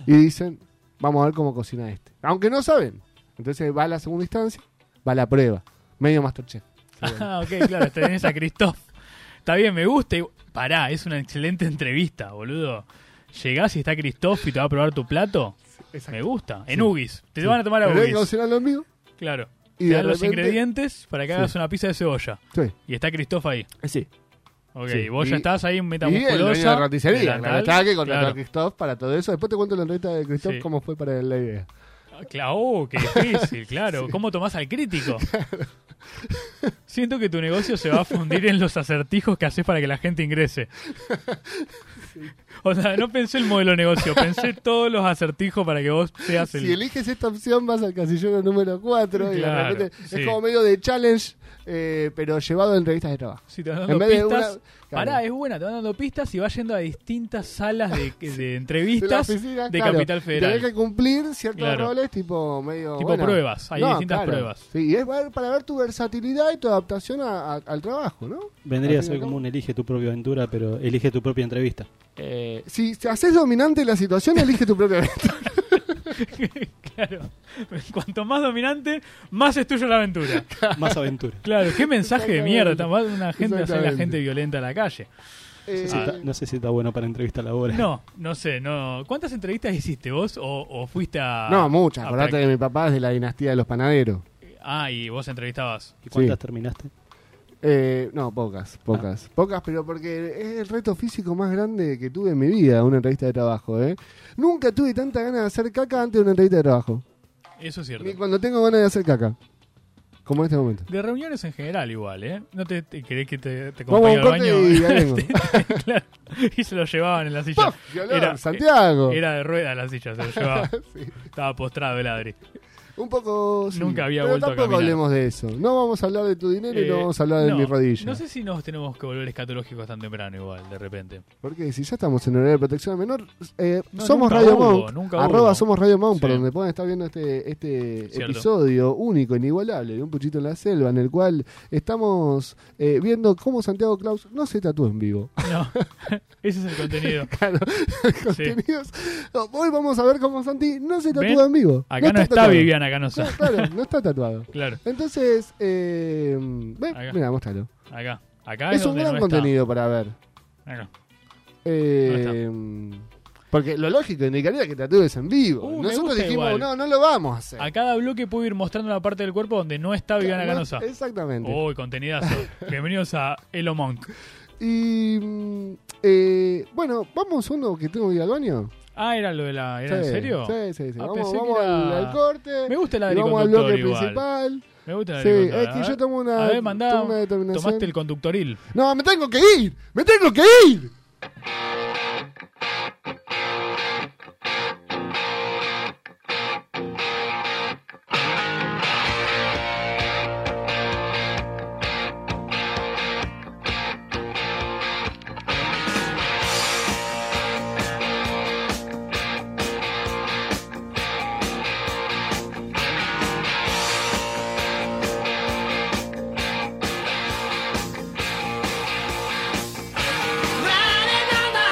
Speaker 7: y dicen, vamos a ver cómo cocina este. Aunque no saben. Entonces va a la segunda instancia, va a la prueba. Medio Masterchef.
Speaker 6: Ah, ok, claro, tenés a Christoph. Está bien, me gusta. y- Pará, es una excelente entrevista, boludo. Llegás y está Christoph y te va a probar tu plato. Me gusta. En Ugis. Te van a tomar a
Speaker 7: Pero hay que
Speaker 6: Ugis.
Speaker 7: cocinar lo mismo.
Speaker 6: Claro. te
Speaker 7: Y de
Speaker 6: dan los
Speaker 7: repente-
Speaker 6: ingredientes para que hagas
Speaker 7: Sí.
Speaker 6: una pizza de cebolla.
Speaker 7: Sí.
Speaker 6: Y está Christoph ahí.
Speaker 7: Eh, Sí.
Speaker 6: Ok,
Speaker 7: Sí,
Speaker 6: vos
Speaker 7: y-
Speaker 6: ya estás ahí
Speaker 7: Y el dueño de
Speaker 6: metamusculosa.
Speaker 7: la roticería.
Speaker 6: delantal,
Speaker 7: Claro, estaba que contrató a
Speaker 6: claro.
Speaker 7: Christoph para todo eso. Después te cuento la entrevista de Christoph
Speaker 6: Sí.
Speaker 7: cómo fue para la idea.
Speaker 6: Claro, oh, qué difícil, claro. ¿Cómo tomás al crítico? Siento que tu negocio se va a fundir en los acertijos que haces para que la gente ingrese. O sea, no pensé el modelo de negocio, pensé todos los acertijos para que vos seas el...
Speaker 7: Si eliges esta opción vas al casillero número 4 y de
Speaker 6: Claro,
Speaker 7: repente
Speaker 6: sí.
Speaker 7: es como medio de challenge, eh, pero llevado a entrevistas de trabajo.
Speaker 6: Si te van
Speaker 7: En
Speaker 6: dando
Speaker 7: vez de
Speaker 6: pistas...
Speaker 7: una- claro.
Speaker 6: Pará, es buena, te van dando pistas y vas yendo a distintas salas de, de
Speaker 7: De la
Speaker 6: entrevistas de,
Speaker 7: oficina, claro,
Speaker 6: Capital Federal.
Speaker 7: Tenés que cumplir ciertos
Speaker 6: Claro.
Speaker 7: roles tipo medio...
Speaker 6: Tipo
Speaker 7: bueno,
Speaker 6: pruebas, hay distintas pruebas.
Speaker 7: Sí, y es para para ver tu versatilidad y tu adaptación a- a- al trabajo, ¿no?
Speaker 8: Vendría a
Speaker 7: Así
Speaker 8: ser
Speaker 7: acá.
Speaker 8: como un elige tu propia aventura, pero elige tu propia entrevista.
Speaker 7: Eh, si te haces dominante la situación, elige tu propia aventura.
Speaker 6: claro. Cuanto más dominante, más es tuya la aventura.
Speaker 8: Más aventura.
Speaker 6: Claro, qué mensaje de mierda.
Speaker 7: Exactamente.
Speaker 6: Más una gente hacer a la
Speaker 7: Exactamente.
Speaker 6: gente violenta a la calle.
Speaker 7: Eh,
Speaker 8: No
Speaker 6: Ah,
Speaker 8: sé si está- no sé si está bueno para entrevista laboral.
Speaker 6: No, no sé, no. ¿Cuántas entrevistas hiciste vos o, o fuiste a.?
Speaker 7: no, muchas.
Speaker 6: a
Speaker 7: Acordate que mi papá es de la dinastía de los panaderos.
Speaker 6: prac- Ah, y vos entrevistabas.
Speaker 8: ¿Y cuántas
Speaker 7: Sí.
Speaker 8: terminaste?
Speaker 7: Eh, no, pocas,
Speaker 6: Ah.
Speaker 7: pocas. Pocas, pero porque es el reto físico más grande que tuve en mi vida, una entrevista de trabajo. ¿eh? Nunca tuve tanta ganas de hacer caca antes de una entrevista de trabajo.
Speaker 6: Eso es cierto.
Speaker 7: Ni cuando tengo ganas de hacer caca. Como en este momento.
Speaker 6: De reuniones en general, igual, ¿eh? ¿No te, te- querés que te, te
Speaker 7: Vamos a
Speaker 6: acompañe
Speaker 7: un
Speaker 6: al baño?
Speaker 7: corte y ya vengo.
Speaker 6: Claro. Y se lo llevaban en la silla.
Speaker 7: ¡Paf! Violón, Santiago.
Speaker 6: eh, Era de rueda la silla, se lo llevaba. Estaba postrado el ladri.
Speaker 7: Un poco... sí,
Speaker 6: Nunca había
Speaker 7: pero
Speaker 6: vuelto a
Speaker 7: tampoco
Speaker 6: caminar.
Speaker 7: hablemos de eso. No vamos a hablar de tu dinero y
Speaker 6: Eh,
Speaker 7: no vamos a hablar de
Speaker 6: no,
Speaker 7: mi rodilla.
Speaker 6: No sé si nos tenemos que volver escatológicos tan temprano, igual, de repente.
Speaker 7: Porque si ya estamos en horario de protección al menor, eh,
Speaker 6: No,
Speaker 7: somos
Speaker 6: nunca
Speaker 7: Radio
Speaker 6: hubo,
Speaker 7: Monk,
Speaker 6: nunca
Speaker 7: arroba
Speaker 6: hubo.
Speaker 7: somos Radio Monk, por
Speaker 6: Sí.
Speaker 7: donde pueden estar viendo este, este
Speaker 6: Cierto.
Speaker 7: episodio único, inigualable, de Un Puchito en la Selva, en el cual estamos eh, viendo cómo Santiago Claus no se tatúa en vivo.
Speaker 6: No, ese es el contenido.
Speaker 7: Claro, contenidos. Hoy vamos a ver cómo Santi no se tatúa
Speaker 6: ¿Ven?
Speaker 7: en vivo.
Speaker 6: Acá no, está
Speaker 7: tatuado.
Speaker 6: Viviana Canosa.
Speaker 7: No, claro, no está tatuado.
Speaker 6: Claro,
Speaker 7: Entonces, eh, ven,
Speaker 6: Acá.
Speaker 7: mira, mostralo.
Speaker 6: acá. Acá es,
Speaker 7: Es un
Speaker 6: donde
Speaker 7: gran
Speaker 6: no está.
Speaker 7: contenido para ver.
Speaker 6: Acá.
Speaker 7: Eh, porque lo lógico indicaría que tatúes en vivo.
Speaker 6: Uh, me
Speaker 7: Nosotros
Speaker 6: gusta
Speaker 7: dijimos,
Speaker 6: igual.
Speaker 7: no, no lo vamos a hacer.
Speaker 6: A cada bloque puedo ir mostrando una parte del cuerpo donde no está Viviana
Speaker 7: No,
Speaker 6: Canosa. Oh.
Speaker 7: Exactamente.
Speaker 6: Uy, contenidazo. Bienvenidos a Elo Monk.
Speaker 7: Y mm, Eh, bueno, vamos un segundo que tengo que ir al baño.
Speaker 6: Ah, era lo de la. ¿Era
Speaker 7: Sí,
Speaker 6: en serio?
Speaker 7: Sí, sí, sí.
Speaker 6: Ah,
Speaker 7: vamos
Speaker 6: pensé
Speaker 7: vamos
Speaker 6: que era-
Speaker 7: al, al corte.
Speaker 6: Me gusta el
Speaker 7: y vamos al
Speaker 6: agriconductor
Speaker 7: bloque
Speaker 6: igual.
Speaker 7: principal.
Speaker 6: Me gusta el
Speaker 7: Sí,
Speaker 6: agriconductor.
Speaker 7: es que
Speaker 6: A
Speaker 7: yo
Speaker 6: ver-
Speaker 7: tomo una-
Speaker 6: A ver, mandá-
Speaker 7: tomo una determinación.
Speaker 6: Tomaste el conductoril.
Speaker 7: No, me tengo que ir. Me tengo que ir.
Speaker 6: Ah,
Speaker 1: Riding on the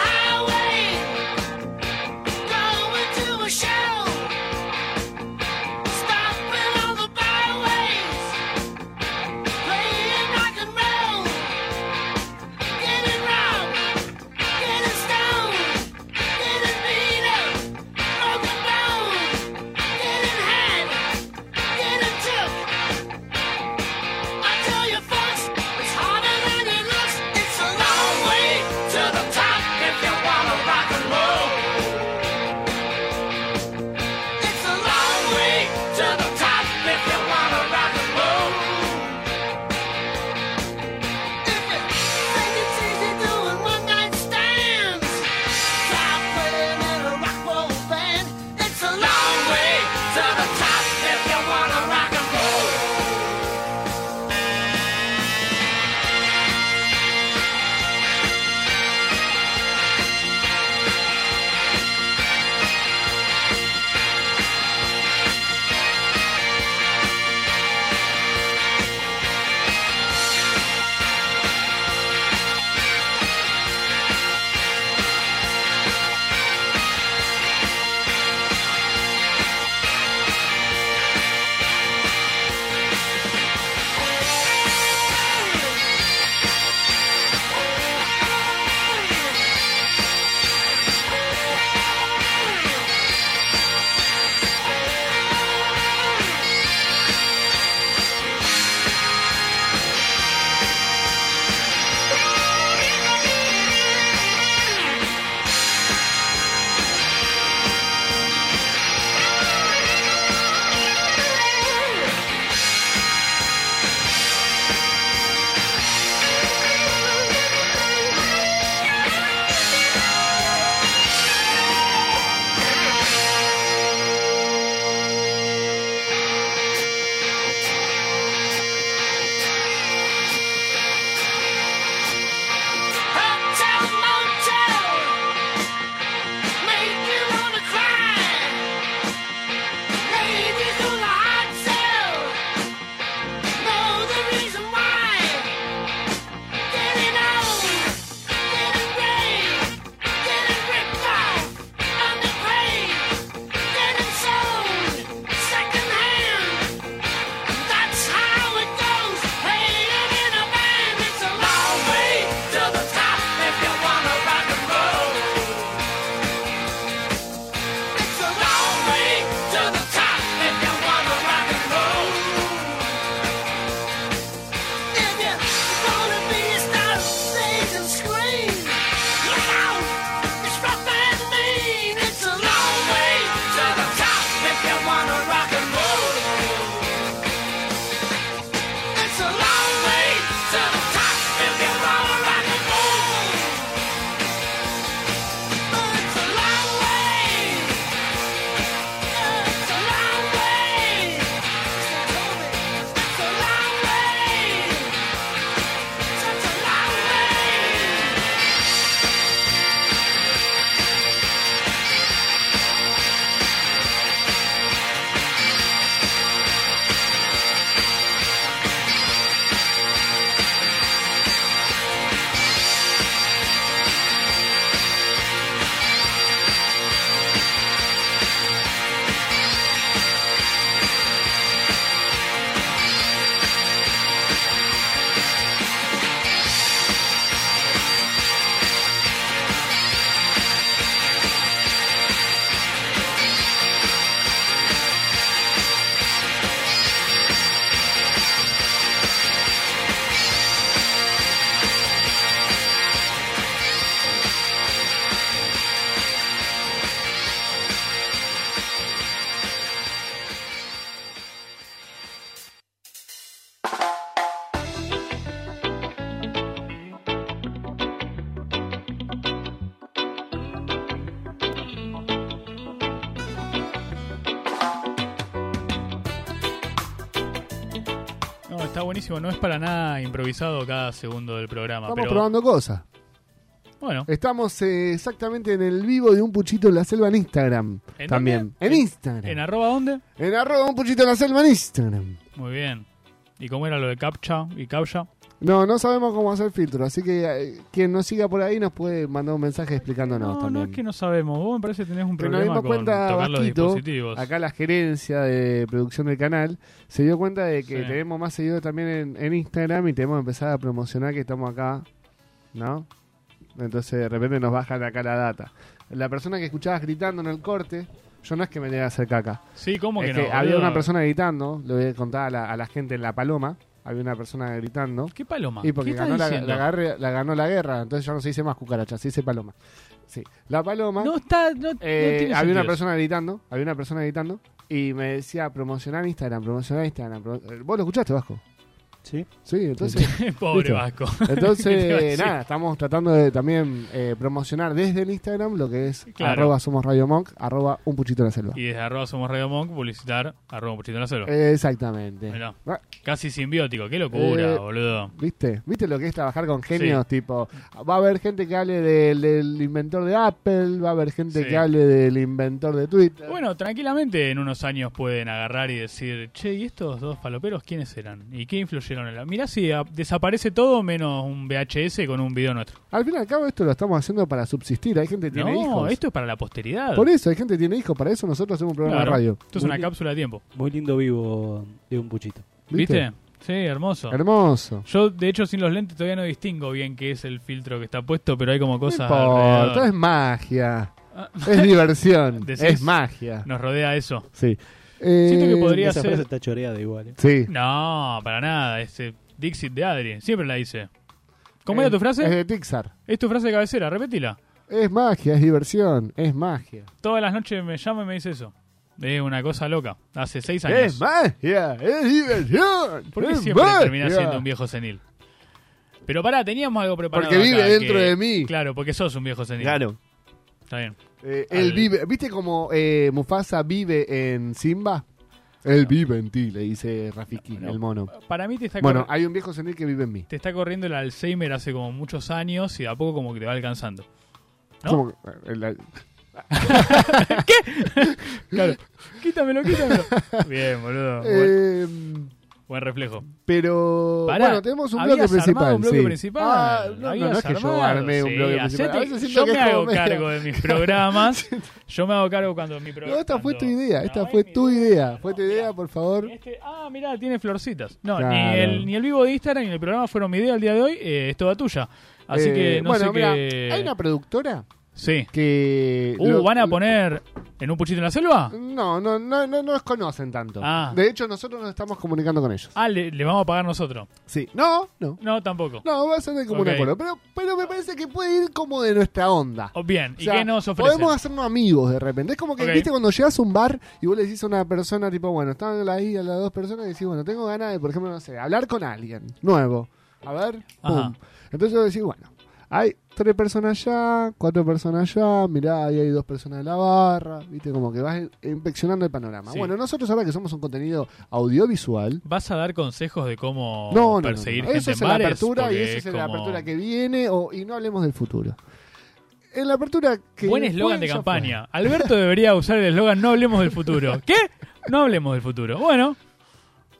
Speaker 6: Está buenísimo, no es para nada improvisado cada segundo del programa.
Speaker 7: Estamos
Speaker 6: pero
Speaker 7: probando cosas.
Speaker 6: Bueno,
Speaker 7: Estamos eh, exactamente en el vivo de un puchito en la selva en Instagram.
Speaker 6: ¿En
Speaker 7: también.
Speaker 6: dónde?
Speaker 7: En
Speaker 6: En-
Speaker 7: Instagram.
Speaker 6: ¿en arroba dónde?
Speaker 7: En arroba un puchito en la selva en Instagram.
Speaker 6: Muy bien. ¿Y cómo era lo de captcha y captcha?
Speaker 7: No, no sabemos cómo hacer filtro, así que eh, quien nos siga por ahí nos puede mandar un mensaje explicándonos
Speaker 6: No, no
Speaker 7: también.
Speaker 6: es que no sabemos. Vos me parece que tenés un
Speaker 7: Pero nos
Speaker 6: problema
Speaker 7: dimos
Speaker 6: con
Speaker 7: cuenta,
Speaker 6: tocar los
Speaker 7: Vasquito,
Speaker 6: dispositivos.
Speaker 7: acá la gerencia de producción del canal, se dio cuenta de que
Speaker 6: Sí.
Speaker 7: tenemos más seguidores también en, en Instagram y tenemos que empezar a promocionar que estamos acá, ¿no? Entonces de repente nos bajan acá la data. La persona que escuchabas gritando en el corte, yo no es que me llegue a hacer caca.
Speaker 6: Sí, ¿cómo
Speaker 7: es
Speaker 6: que
Speaker 7: que
Speaker 6: no?
Speaker 7: había
Speaker 6: boludo?
Speaker 7: una persona gritando, le voy a contar a la, a la gente en La Paloma, había una persona gritando.
Speaker 6: ¿Qué paloma?
Speaker 7: Y porque
Speaker 6: ¿Qué estás
Speaker 7: ganó la,
Speaker 6: diciendo?
Speaker 7: la garre- la ganó la guerra, entonces ya no se dice más cucaracha, se dice paloma. Sí, la paloma.
Speaker 6: No está. No, no
Speaker 7: eh,
Speaker 6: tiene
Speaker 7: había una
Speaker 6: sentido.
Speaker 7: persona gritando, había una persona gritando y me decía promocionar Instagram, promocionar Instagram. promo- Eh, Vos lo escuchaste, Vasco.
Speaker 8: Sí.
Speaker 7: Sí, entonces,
Speaker 6: Pobre
Speaker 7: ¿Viste?
Speaker 6: Vasco. ¿Qué te iba a
Speaker 7: entonces
Speaker 6: decir?
Speaker 7: nada, estamos tratando de también eh, promocionar desde el Instagram lo que es
Speaker 6: Claro.
Speaker 7: arroba somos Radio Monk, arroba un puchito en la selva.
Speaker 6: Y desde arroba somos Radio Monk, publicitar arroba Puchito en la
Speaker 7: Eh.
Speaker 6: Selva.
Speaker 7: Exactamente.
Speaker 6: Mirá.
Speaker 7: Ah,
Speaker 6: Casi simbiótico, qué locura,
Speaker 7: Eh,
Speaker 6: boludo.
Speaker 7: ¿Viste? ¿Viste lo que es trabajar con genios? Tipo, va a haber gente que hable del, del inventor de Apple, va a haber gente
Speaker 6: Sí.
Speaker 7: que hable del inventor de Twitter.
Speaker 6: Bueno, tranquilamente en unos años pueden agarrar y decir, che, ¿y estos dos paloperos quiénes eran? ¿Y qué influyeron en la.? Mirá si a- desaparece todo menos un VHS con un video nuestro.
Speaker 7: Al fin y al cabo, esto lo estamos haciendo para subsistir. Hay gente que tiene
Speaker 6: No,
Speaker 7: hijos.
Speaker 6: esto es para la posteridad.
Speaker 7: Por eso, hay gente que tiene hijos. Para eso nosotros hacemos un programa
Speaker 6: Claro.
Speaker 7: de radio.
Speaker 6: Esto es una
Speaker 8: Muy-
Speaker 6: cápsula de tiempo.
Speaker 8: Muy lindo vivo de un puchito.
Speaker 6: ¿Viste? Sí, hermoso.
Speaker 7: Hermoso.
Speaker 6: Yo, de hecho, sin los lentes todavía no distingo bien qué es el filtro que está puesto, pero hay como cosas.
Speaker 7: no
Speaker 6: alrededor. Ah.
Speaker 7: importa, es magia. Es diversión.
Speaker 6: Decís-
Speaker 7: es magia.
Speaker 6: Nos rodea eso.
Speaker 7: Sí. Eh,
Speaker 6: Siento que podría
Speaker 8: Esa frase
Speaker 6: ser.
Speaker 8: está choreada igual. ¿eh?
Speaker 7: Sí.
Speaker 6: No, para nada. Ese Dixit de Adri. Siempre la dice. ¿Cómo era tu frase?
Speaker 7: Eh, Es de Pixar.
Speaker 6: Es tu frase de cabecera, repetila.
Speaker 7: Es magia, es diversión. Es magia.
Speaker 6: Todas las noches me llama y me dice eso. Es una cosa loca. Hace seis años.
Speaker 7: Es magia, es diversión.
Speaker 6: ¿Por qué
Speaker 7: es
Speaker 6: siempre
Speaker 7: magia.
Speaker 6: terminás siendo un viejo senil? Pero pará, teníamos algo preparado.
Speaker 7: Porque vive
Speaker 6: acá
Speaker 7: dentro
Speaker 6: que-
Speaker 7: de mí.
Speaker 6: Claro, porque sos un viejo senil. Está bien.
Speaker 7: Eh, él
Speaker 6: Al-
Speaker 7: vive, ¿viste como eh, Mufasa vive en Simba? Él vive en ti, le dice Rafiki, el mono.
Speaker 6: Para mí te está,
Speaker 7: Bueno,
Speaker 6: corri-
Speaker 7: hay un viejo senil que vive en mí.
Speaker 6: te está corriendo el Alzheimer hace como muchos años y de a poco como que te va alcanzando. ¿No?
Speaker 7: Como- eh, la-
Speaker 6: Claro. quítamelo, quítamelo. bien, boludo. Buen,
Speaker 7: Eh,
Speaker 6: buen reflejo.
Speaker 7: pero
Speaker 6: Pará,
Speaker 7: bueno, tenemos un
Speaker 6: ¿habías
Speaker 7: bloque principal.
Speaker 6: armado un bloque
Speaker 7: sí.
Speaker 6: principal?
Speaker 7: Ah, no, no,
Speaker 6: ¿Habías
Speaker 7: no es que yo
Speaker 6: armado?
Speaker 7: armé un
Speaker 6: Sí,
Speaker 7: bloque principal.
Speaker 6: hacete-
Speaker 7: A veces siento
Speaker 6: yo
Speaker 7: que
Speaker 6: me
Speaker 7: es como
Speaker 6: hago
Speaker 7: medio-
Speaker 6: cargo de mis programas. yo me hago cargo cuando mi
Speaker 7: No,
Speaker 6: programa.
Speaker 7: esta fue tu
Speaker 6: cuando-
Speaker 7: idea, esta
Speaker 6: No,
Speaker 7: fue
Speaker 6: es mi
Speaker 7: tu idea. Fue
Speaker 6: no,
Speaker 7: tu
Speaker 6: mirá,
Speaker 7: idea, por favor.
Speaker 6: Este, ah, mirá, tiene florcitas. No, ni,
Speaker 7: Claro.
Speaker 6: el, ni el vivo de Instagram ni el programa fueron mi idea el día de hoy. eh, es toda tuya. Así
Speaker 7: Eh,
Speaker 6: que no
Speaker 7: bueno,
Speaker 6: sé
Speaker 7: mirá,
Speaker 6: qué.
Speaker 7: Hay una productora
Speaker 6: Sí.
Speaker 7: que.
Speaker 6: Uh,
Speaker 7: lo-
Speaker 6: ¿Van a poner en un puchito en la selva?
Speaker 7: No, no, no, no nos conocen tanto.
Speaker 6: Ah.
Speaker 7: De hecho, nosotros nos estamos comunicando con ellos.
Speaker 6: Ah, le, le vamos a pagar nosotros.
Speaker 7: Sí. No, no.
Speaker 6: No, tampoco.
Speaker 7: No, va a ser de común
Speaker 6: Ok.
Speaker 7: acuerdo. Pero, pero me parece que puede ir como de nuestra onda.
Speaker 6: Oh, Bien,
Speaker 7: O sea,
Speaker 6: ¿y qué nos ofrecen?
Speaker 7: Podemos hacernos amigos de repente. Es como que,
Speaker 6: Ok.
Speaker 7: viste, cuando llegas a un bar y vos le decís a una persona, tipo, bueno, están ahí a las dos personas y decís, bueno, tengo ganas de, por ejemplo, no sé, hablar con alguien nuevo. A ver, pum.
Speaker 6: Ajá.
Speaker 7: Entonces vos decís, bueno, hay tres personas allá, cuatro personas allá, mirá, ahí hay dos personas de la barra, viste, como que vas in- inspeccionando el panorama.
Speaker 6: Sí.
Speaker 7: Bueno, nosotros ahora que somos un contenido audiovisual.
Speaker 6: ¿Vas a dar consejos de cómo
Speaker 7: No, no, no,
Speaker 6: perseguir
Speaker 7: no.
Speaker 6: gente
Speaker 7: Eso es
Speaker 6: en
Speaker 7: en la
Speaker 6: bares?
Speaker 7: apertura y
Speaker 6: Porque
Speaker 7: eso es en la
Speaker 6: como-
Speaker 7: apertura que viene o- y no hablemos del futuro. En la apertura que
Speaker 6: Buen
Speaker 7: fue,
Speaker 6: eslogan de
Speaker 7: ya fue.
Speaker 6: campaña. Alberto debería usar el eslogan No hablemos del futuro. ¿Qué? No hablemos del futuro. Bueno,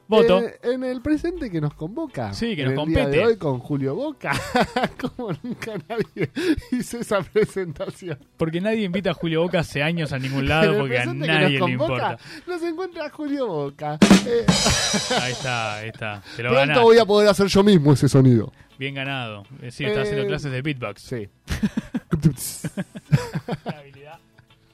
Speaker 6: voto.
Speaker 7: Eh, en el presente que nos convoca.
Speaker 6: Sí, que
Speaker 7: En
Speaker 6: nos
Speaker 7: el día
Speaker 6: compete.
Speaker 7: de hoy con Julio Boca. Como nunca nadie hizo esa presentación.
Speaker 6: Porque nadie invita a Julio Boca hace años a ningún
Speaker 7: en
Speaker 6: lado
Speaker 7: el
Speaker 6: porque a
Speaker 7: presente
Speaker 6: nadie
Speaker 7: que
Speaker 6: le
Speaker 7: nos
Speaker 6: importa.
Speaker 7: convoca, nos encuentra Julio Boca. Eh,
Speaker 6: Ahí está, ahí está. Te lo
Speaker 7: pronto
Speaker 6: ganás.
Speaker 7: voy a poder hacer yo mismo ese sonido.
Speaker 6: Bien ganado. Es decir, está haciendo
Speaker 7: Eh,
Speaker 6: clases de beatbox.
Speaker 7: Sí.
Speaker 6: Una habilidad.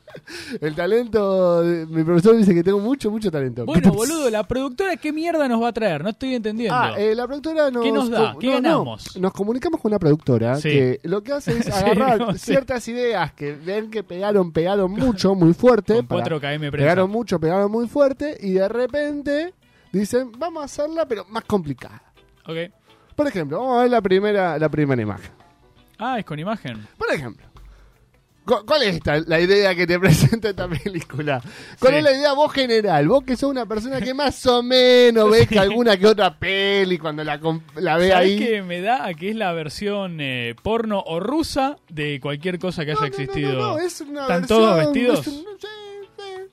Speaker 7: el talento. de- mi profesor dice que tengo mucho, mucho talento.
Speaker 6: Bueno, boludo, la productora, ¿qué mierda nos va a traer? No estoy entendiendo.
Speaker 7: Ah, eh, la productora nos,
Speaker 6: ¿Qué nos da?
Speaker 7: com-
Speaker 6: ¿Qué
Speaker 7: no, no.
Speaker 6: ganamos?
Speaker 7: nos comunicamos con una productora
Speaker 6: Sí.
Speaker 7: que lo que hace es
Speaker 6: Sí,
Speaker 7: agarrar
Speaker 6: no, sí.
Speaker 7: ciertas ideas que ven que pegaron, pegaron mucho, muy fuerte.
Speaker 6: Con
Speaker 7: para-
Speaker 6: 4KM prensa.
Speaker 7: pegaron mucho, pegaron muy fuerte y de repente dicen, vamos a hacerla pero más complicada.
Speaker 6: Ok.
Speaker 7: Por ejemplo, vamos a ver la primera, la primera imagen.
Speaker 6: Ah, es con imagen.
Speaker 7: Por ejemplo, cu- ¿Cuál es esta- la idea que te presenta esta película? ¿Cuál
Speaker 6: Sí.
Speaker 7: es la idea vos general? Vos que sos una persona que más o menos ves que alguna que otra peli cuando la, com- la ve
Speaker 6: ¿Sabés
Speaker 7: ahí.
Speaker 6: que me da a que es la versión eh, porno o rusa de cualquier cosa que
Speaker 7: No,
Speaker 6: haya
Speaker 7: no, no,
Speaker 6: existido?
Speaker 7: no, no, es una
Speaker 6: ¿Están
Speaker 7: versión, este
Speaker 6: todos vestidos?
Speaker 7: es un- no sé, sí.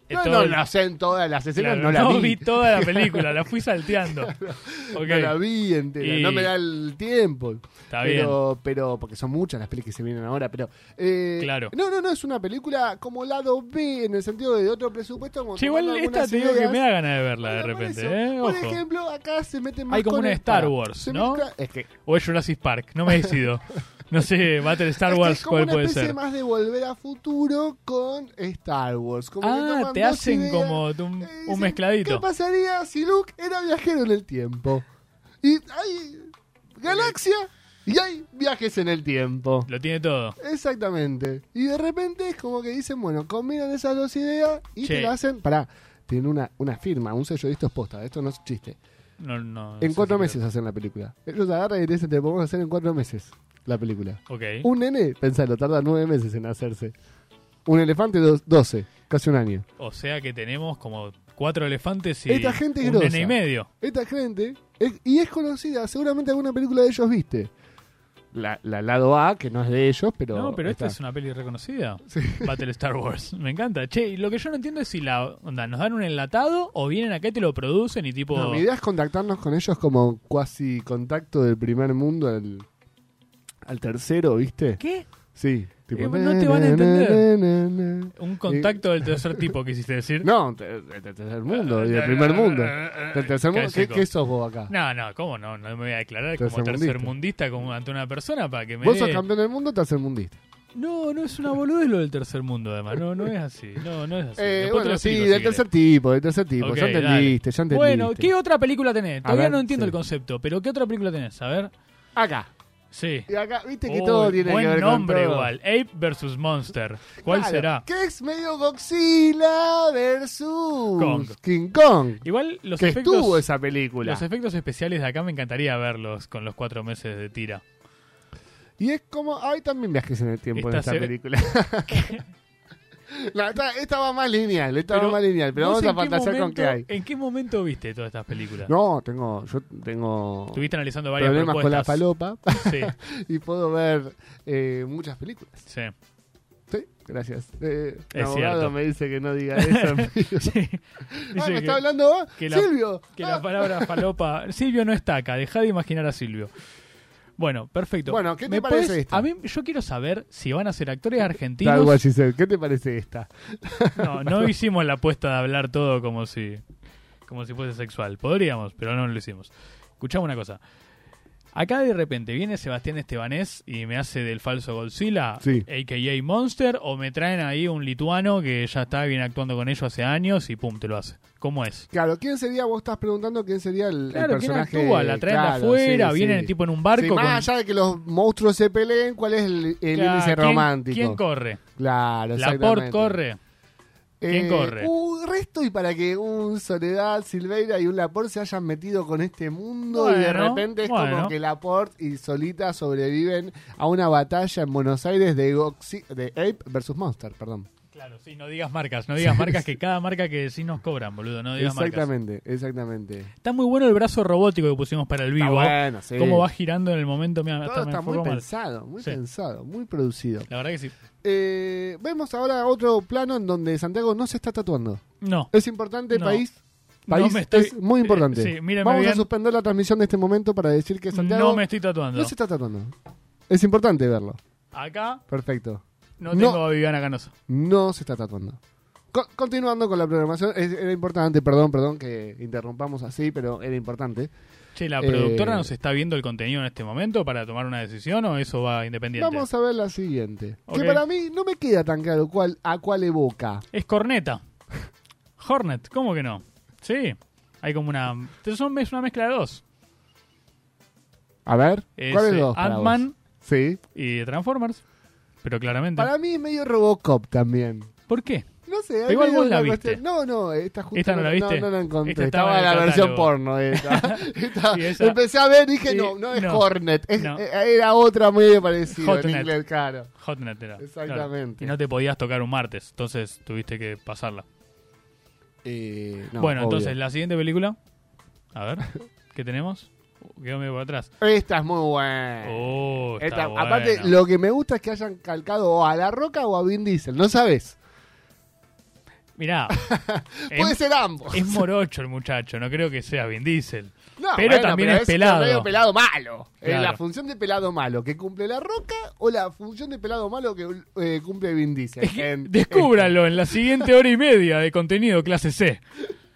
Speaker 6: Es
Speaker 7: No,
Speaker 6: todo
Speaker 7: no,
Speaker 6: el-
Speaker 7: la sé en todas las escenas,
Speaker 6: Claro,
Speaker 7: no la vi.
Speaker 6: toda la película, la fui salteando. Ok,
Speaker 7: No la vi entera,
Speaker 6: Y-
Speaker 7: no me da el tiempo.
Speaker 6: Está
Speaker 7: pero, pero, porque son muchas las pelis que se vienen ahora, pero. eh,
Speaker 6: Claro.
Speaker 7: No, no, no, es una película como lado B, en el sentido de otro presupuesto. Como
Speaker 6: Che, igual
Speaker 7: tomando
Speaker 6: esta
Speaker 7: algunas
Speaker 6: te digo que
Speaker 7: ideas.
Speaker 6: me da ganas de verla de
Speaker 7: Bueno, por
Speaker 6: repente,
Speaker 7: eso,
Speaker 6: ¿eh?
Speaker 7: Por
Speaker 6: Ojo.
Speaker 7: ejemplo, acá se meten más
Speaker 6: Hay como
Speaker 7: con
Speaker 6: una
Speaker 7: el-
Speaker 6: Star
Speaker 7: para,
Speaker 6: Wars,
Speaker 7: se
Speaker 6: ¿no?
Speaker 7: mezcla- es que
Speaker 6: O es Jurassic Park, no me decido. No sé, Battle Star
Speaker 7: Este es que
Speaker 6: Wars,
Speaker 7: es como
Speaker 6: ¿cuál
Speaker 7: una
Speaker 6: puede
Speaker 7: especie
Speaker 6: ser?
Speaker 7: más de volver a futuro con Star Wars. Como que
Speaker 6: Ah,
Speaker 7: toman
Speaker 6: te
Speaker 7: dos
Speaker 6: hacen
Speaker 7: ideas,
Speaker 6: como un, un
Speaker 7: eh, dicen, ¿Qué
Speaker 6: mezcladito.
Speaker 7: pasaría si Luke era viajero en el tiempo? Y hay galaxia y hay viajes en el tiempo.
Speaker 6: Lo tiene todo.
Speaker 7: Exactamente. Y de repente es como que dicen, bueno, combinan esas dos ideas y
Speaker 6: Che.
Speaker 7: te la hacen. Pará, tienen una, una firma, un sello de estos posta. Esto no es chiste.
Speaker 6: No, no,
Speaker 7: En
Speaker 6: no
Speaker 7: cuatro
Speaker 6: sé si
Speaker 7: meses hacen la película. Ellos agarran y te dicen, te podemos hacer en cuatro meses la película.
Speaker 6: creo. Ok.
Speaker 7: Un nene, pensalo, tarda nueve meses en hacerse. Un elefante, dos- doce, casi un año.
Speaker 6: O sea que tenemos como cuatro elefantes y
Speaker 7: Esta gente es
Speaker 6: un
Speaker 7: grosa.
Speaker 6: nene y medio.
Speaker 7: Esta gente, es- y es conocida, seguramente alguna película de ellos viste. La, la lado A, que no es de ellos, pero.
Speaker 6: no, pero esta
Speaker 7: está.
Speaker 6: es una peli reconocida. Battle Star Wars. Me encanta. Che, y lo que yo no entiendo es si la onda, nos dan un enlatado o vienen acá y te lo producen y tipo...
Speaker 7: No, mi idea es contactarnos con ellos como cuasi contacto del primer mundo al, al tercero, ¿viste?
Speaker 6: ¿Qué?
Speaker 7: Sí.
Speaker 6: Eh, no te van a
Speaker 7: na, na,
Speaker 6: entender.
Speaker 7: na, na, na.
Speaker 6: Un contacto del tercer tipo, quisiste decir.
Speaker 7: No, te- del tercer mundo, y del primer mundo. Del tercer mundo. ¿Qué,
Speaker 6: Cállate,
Speaker 7: qué sos vos acá?
Speaker 6: No, no, ¿cómo no? No me voy a declarar como
Speaker 7: Tercermundista.
Speaker 6: tercermundista como ante una persona para que me
Speaker 7: Vos sos
Speaker 6: dé-
Speaker 7: campeón del mundo, tercermundista.
Speaker 6: No, no es una boludez lo del tercer mundo, además. No, no es así. No, no es así.
Speaker 7: Eh,
Speaker 6: Después te
Speaker 7: bueno,
Speaker 6: lo
Speaker 7: sí,
Speaker 6: explico, si
Speaker 7: del
Speaker 6: querés.
Speaker 7: tercer tipo, del tercer tipo.
Speaker 6: Ok,
Speaker 7: pues ya entendiste,
Speaker 6: dale.
Speaker 7: ya entendiste.
Speaker 6: Bueno, ¿qué otra película tenés? Todavía
Speaker 7: ver,
Speaker 6: no entiendo
Speaker 7: sí.
Speaker 6: el concepto, pero ¿qué otra película tenés? A ver.
Speaker 7: Acá.
Speaker 6: Sí.
Speaker 7: Y acá, viste que
Speaker 6: Uy,
Speaker 7: todo tiene
Speaker 6: buen
Speaker 7: que ver
Speaker 6: nombre
Speaker 7: con todo.
Speaker 6: igual. Ape versus Monster. ¿Cuál
Speaker 7: Claro,
Speaker 6: será?
Speaker 7: Que es medio Godzilla versus
Speaker 6: Kong.
Speaker 7: King Kong.
Speaker 6: Igual los
Speaker 7: que
Speaker 6: efectos
Speaker 7: estuvo esa película.
Speaker 6: los efectos especiales de acá me encantaría verlos con los cuatro meses de tira.
Speaker 7: Y es como. Hay también viajes en el tiempo en
Speaker 6: Esta
Speaker 7: esta
Speaker 6: se-
Speaker 7: película. No, esta, esta va más lineal, esta va más lineal, pero
Speaker 6: ¿vos
Speaker 7: vamos a
Speaker 6: en qué
Speaker 7: fantasear con qué hay.
Speaker 6: momento- ¿En qué momento viste todas estas películas?
Speaker 7: No, tengo. Yo tengo.
Speaker 6: Estuviste analizando varias
Speaker 7: Problemas con la
Speaker 6: propuestas.
Speaker 7: falopa
Speaker 6: sí,
Speaker 7: y puedo ver eh, muchas películas.
Speaker 6: sí.
Speaker 7: Sí, gracias. Eh, mi
Speaker 6: Es
Speaker 7: abogado
Speaker 6: cierto.
Speaker 7: me dice que no diga eso. amigo. ah,
Speaker 6: Dice
Speaker 7: me
Speaker 6: que-
Speaker 7: está hablando vos?
Speaker 6: que la-
Speaker 7: Silvio.
Speaker 6: Que
Speaker 7: Ah.
Speaker 6: la palabra falopa. Silvio no está acá, dejá de imaginar a Silvio. Bueno, perfecto.
Speaker 7: Bueno, ¿qué te
Speaker 6: ¿Me
Speaker 7: parece
Speaker 6: podés-
Speaker 7: esto?
Speaker 6: A mí, yo quiero saber si van a ser actores
Speaker 7: Tal cual,
Speaker 6: argentinos.
Speaker 7: Giselle. ¿Qué te parece esta?
Speaker 6: No, no hicimos la apuesta de hablar todo como si, como si fuese sexual. Podríamos, pero no lo hicimos. Escuchame una cosa. Acá de repente viene Sebastián Estebanés y me hace del falso Godzilla,
Speaker 7: Sí.
Speaker 6: a.k.a. Monster, o me traen ahí un lituano que ya está bien actuando con ellos hace años y pum, te lo hace. ¿Cómo es?
Speaker 7: Claro, ¿quién sería? Vos estás preguntando quién sería el, el
Speaker 6: Claro, ¿quién
Speaker 7: personaje.
Speaker 6: actúa? La traen de
Speaker 7: Claro,
Speaker 6: afuera,
Speaker 7: sí,
Speaker 6: viene
Speaker 7: sí.
Speaker 6: el tipo en un
Speaker 7: Sí,
Speaker 6: barco.
Speaker 7: más allá de que los monstruos se peleen, ¿cuál es el, el
Speaker 6: Claro,
Speaker 7: índice
Speaker 6: ¿quién-
Speaker 7: romántico?
Speaker 6: ¿Quién corre?
Speaker 7: Claro,
Speaker 6: La
Speaker 7: exactamente.
Speaker 6: Port corre. ¿Quién corre?
Speaker 7: Eh, Un resto y para que un Soledad, Silveira y un Laporte se hayan metido con este mundo y de
Speaker 6: Bueno,
Speaker 7: repente es
Speaker 6: bueno.
Speaker 7: como que Laporte y Solita sobreviven a una batalla en Buenos Aires de, Goxi- de Ape versus Monster, perdón.
Speaker 6: Claro, sí, no digas marcas, no digas marcas que cada marca que sí nos cobran, boludo, no digas marcas.
Speaker 7: Exactamente, exactamente.
Speaker 6: Está muy bueno el brazo robótico que pusimos para el
Speaker 7: Está
Speaker 6: vivo.
Speaker 7: bueno, sí.
Speaker 6: Cómo va girando en el momento. Mirá, hasta
Speaker 7: Todo
Speaker 6: me
Speaker 7: está muy
Speaker 6: enfocó mal.
Speaker 7: pensado, muy
Speaker 6: Sí.
Speaker 7: pensado, muy producido.
Speaker 6: La verdad que sí.
Speaker 7: Eh, vemos ahora otro plano en donde Santiago no se está tatuando.
Speaker 6: No.
Speaker 7: Es importante,
Speaker 6: No.
Speaker 7: país.
Speaker 6: No
Speaker 7: País
Speaker 6: me estoy-
Speaker 7: es muy importante.
Speaker 6: Eh, sí, mírame
Speaker 7: Vamos
Speaker 6: bien.
Speaker 7: a suspender la transmisión de este momento para decir que Santiago
Speaker 6: No me estoy tatuando.
Speaker 7: no se está tatuando. Es importante verlo.
Speaker 6: Acá
Speaker 7: Perfecto.
Speaker 6: no
Speaker 7: No.
Speaker 6: tengo a Viviana Canosa.
Speaker 7: No se está tatuando. Co- continuando con la programación, es- era importante, perdón, perdón que interrumpamos así, pero era importante.
Speaker 6: Che, ¿la
Speaker 7: Eh,
Speaker 6: productora nos está viendo el contenido en este momento para tomar una decisión o eso va independiente?
Speaker 7: Vamos a ver la siguiente.
Speaker 6: Ok.
Speaker 7: Que para mí no me queda tan claro cuál, a cuál evoca.
Speaker 6: Es corneta. Hornet, ¿cómo que no? Sí. Hay como una. Es una es una mezcla de dos.
Speaker 7: A ver,
Speaker 6: Es,
Speaker 7: ¿cuál es
Speaker 6: eh,
Speaker 7: dos? para vos?
Speaker 6: Ant-Man
Speaker 7: Sí.
Speaker 6: y Transformers. Pero claramente.
Speaker 7: Para mí es medio Robocop también.
Speaker 6: ¿Por qué?
Speaker 7: No sé.
Speaker 6: Pero igual
Speaker 7: había
Speaker 6: vos la
Speaker 7: una
Speaker 6: viste.
Speaker 7: cuestión- No, no, esta justo.
Speaker 6: ¿Esta no la viste?
Speaker 7: No, no la encontré.
Speaker 6: Esta estaba
Speaker 7: estaba
Speaker 6: en el
Speaker 7: la versión
Speaker 6: catálogo.
Speaker 7: porno. Esta. Esta-
Speaker 6: Y esa-
Speaker 7: Empecé a ver y dije,
Speaker 6: y-
Speaker 7: no, no es
Speaker 6: no,
Speaker 7: Hornet. es-
Speaker 6: no.
Speaker 7: eh, Era otra muy parecida
Speaker 6: Hotnet.
Speaker 7: en inglés, claro.
Speaker 6: Hotnet era. claro.
Speaker 7: Exactamente.
Speaker 6: Y no te podías tocar un martes, entonces tuviste que pasarla.
Speaker 7: Eh, no,
Speaker 6: bueno,
Speaker 7: obvio.
Speaker 6: entonces la siguiente película. A ver, ¿qué tenemos? Uh, Quedó medio por atrás.
Speaker 7: Esta es muy buena.
Speaker 6: Oh, está
Speaker 7: Esta-
Speaker 6: buena.
Speaker 7: Aparte, lo que me gusta es que hayan calcado o a La Roca o a Vin Diesel. No sabes.
Speaker 6: Mirá,
Speaker 7: Puede
Speaker 6: es,
Speaker 7: ser ambos.
Speaker 6: es morocho el muchacho, no creo que sea Vin Diesel.
Speaker 7: No,
Speaker 6: pero también es pelado.
Speaker 7: medio pelado malo. Eh,
Speaker 6: Claro.
Speaker 7: la función de pelado malo que cumple La Roca o la función de pelado malo que eh, cumple Vin Diesel. En-
Speaker 6: Descúbralo en la siguiente hora y media de contenido clase C.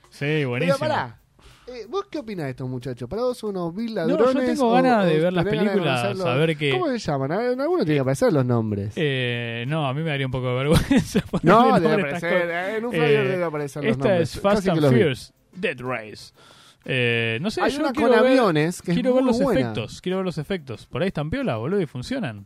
Speaker 6: Sí,
Speaker 7: Pero
Speaker 6: buenísimo.
Speaker 7: pará. eh, ¿Vos qué opinás de estos muchachos? ¿Para vos son unos vil
Speaker 6: yo
Speaker 7: ladrones?
Speaker 6: tengo
Speaker 7: o-
Speaker 6: ganas de
Speaker 7: o
Speaker 6: ver las
Speaker 7: tenés ganas de
Speaker 6: películas,
Speaker 7: conocerlos?
Speaker 6: a ver qué-
Speaker 7: ¿Cómo se llaman? A ver, En alguno tiene que aparecer los nombres.
Speaker 6: Eh, no, a mí me daría un poco de vergüenza. ponerle
Speaker 7: no, debe
Speaker 6: nombre a estas
Speaker 7: aparecer.
Speaker 6: cosas.
Speaker 7: eh, En un
Speaker 6: Eh,
Speaker 7: flyer debe aparecer los
Speaker 6: Esta
Speaker 7: nombres.
Speaker 6: es Fast
Speaker 7: Casi que
Speaker 6: and
Speaker 7: los vi.
Speaker 6: Furious, Dead Race. Eh, no sé,
Speaker 7: Hay
Speaker 6: yo
Speaker 7: una
Speaker 6: quiero
Speaker 7: con
Speaker 6: ver-
Speaker 7: aviones que es
Speaker 6: quiero ver
Speaker 7: muy
Speaker 6: los
Speaker 7: buena.
Speaker 6: efectos, quiero ver los efectos. Por ahí están piola, boludo, y funcionan.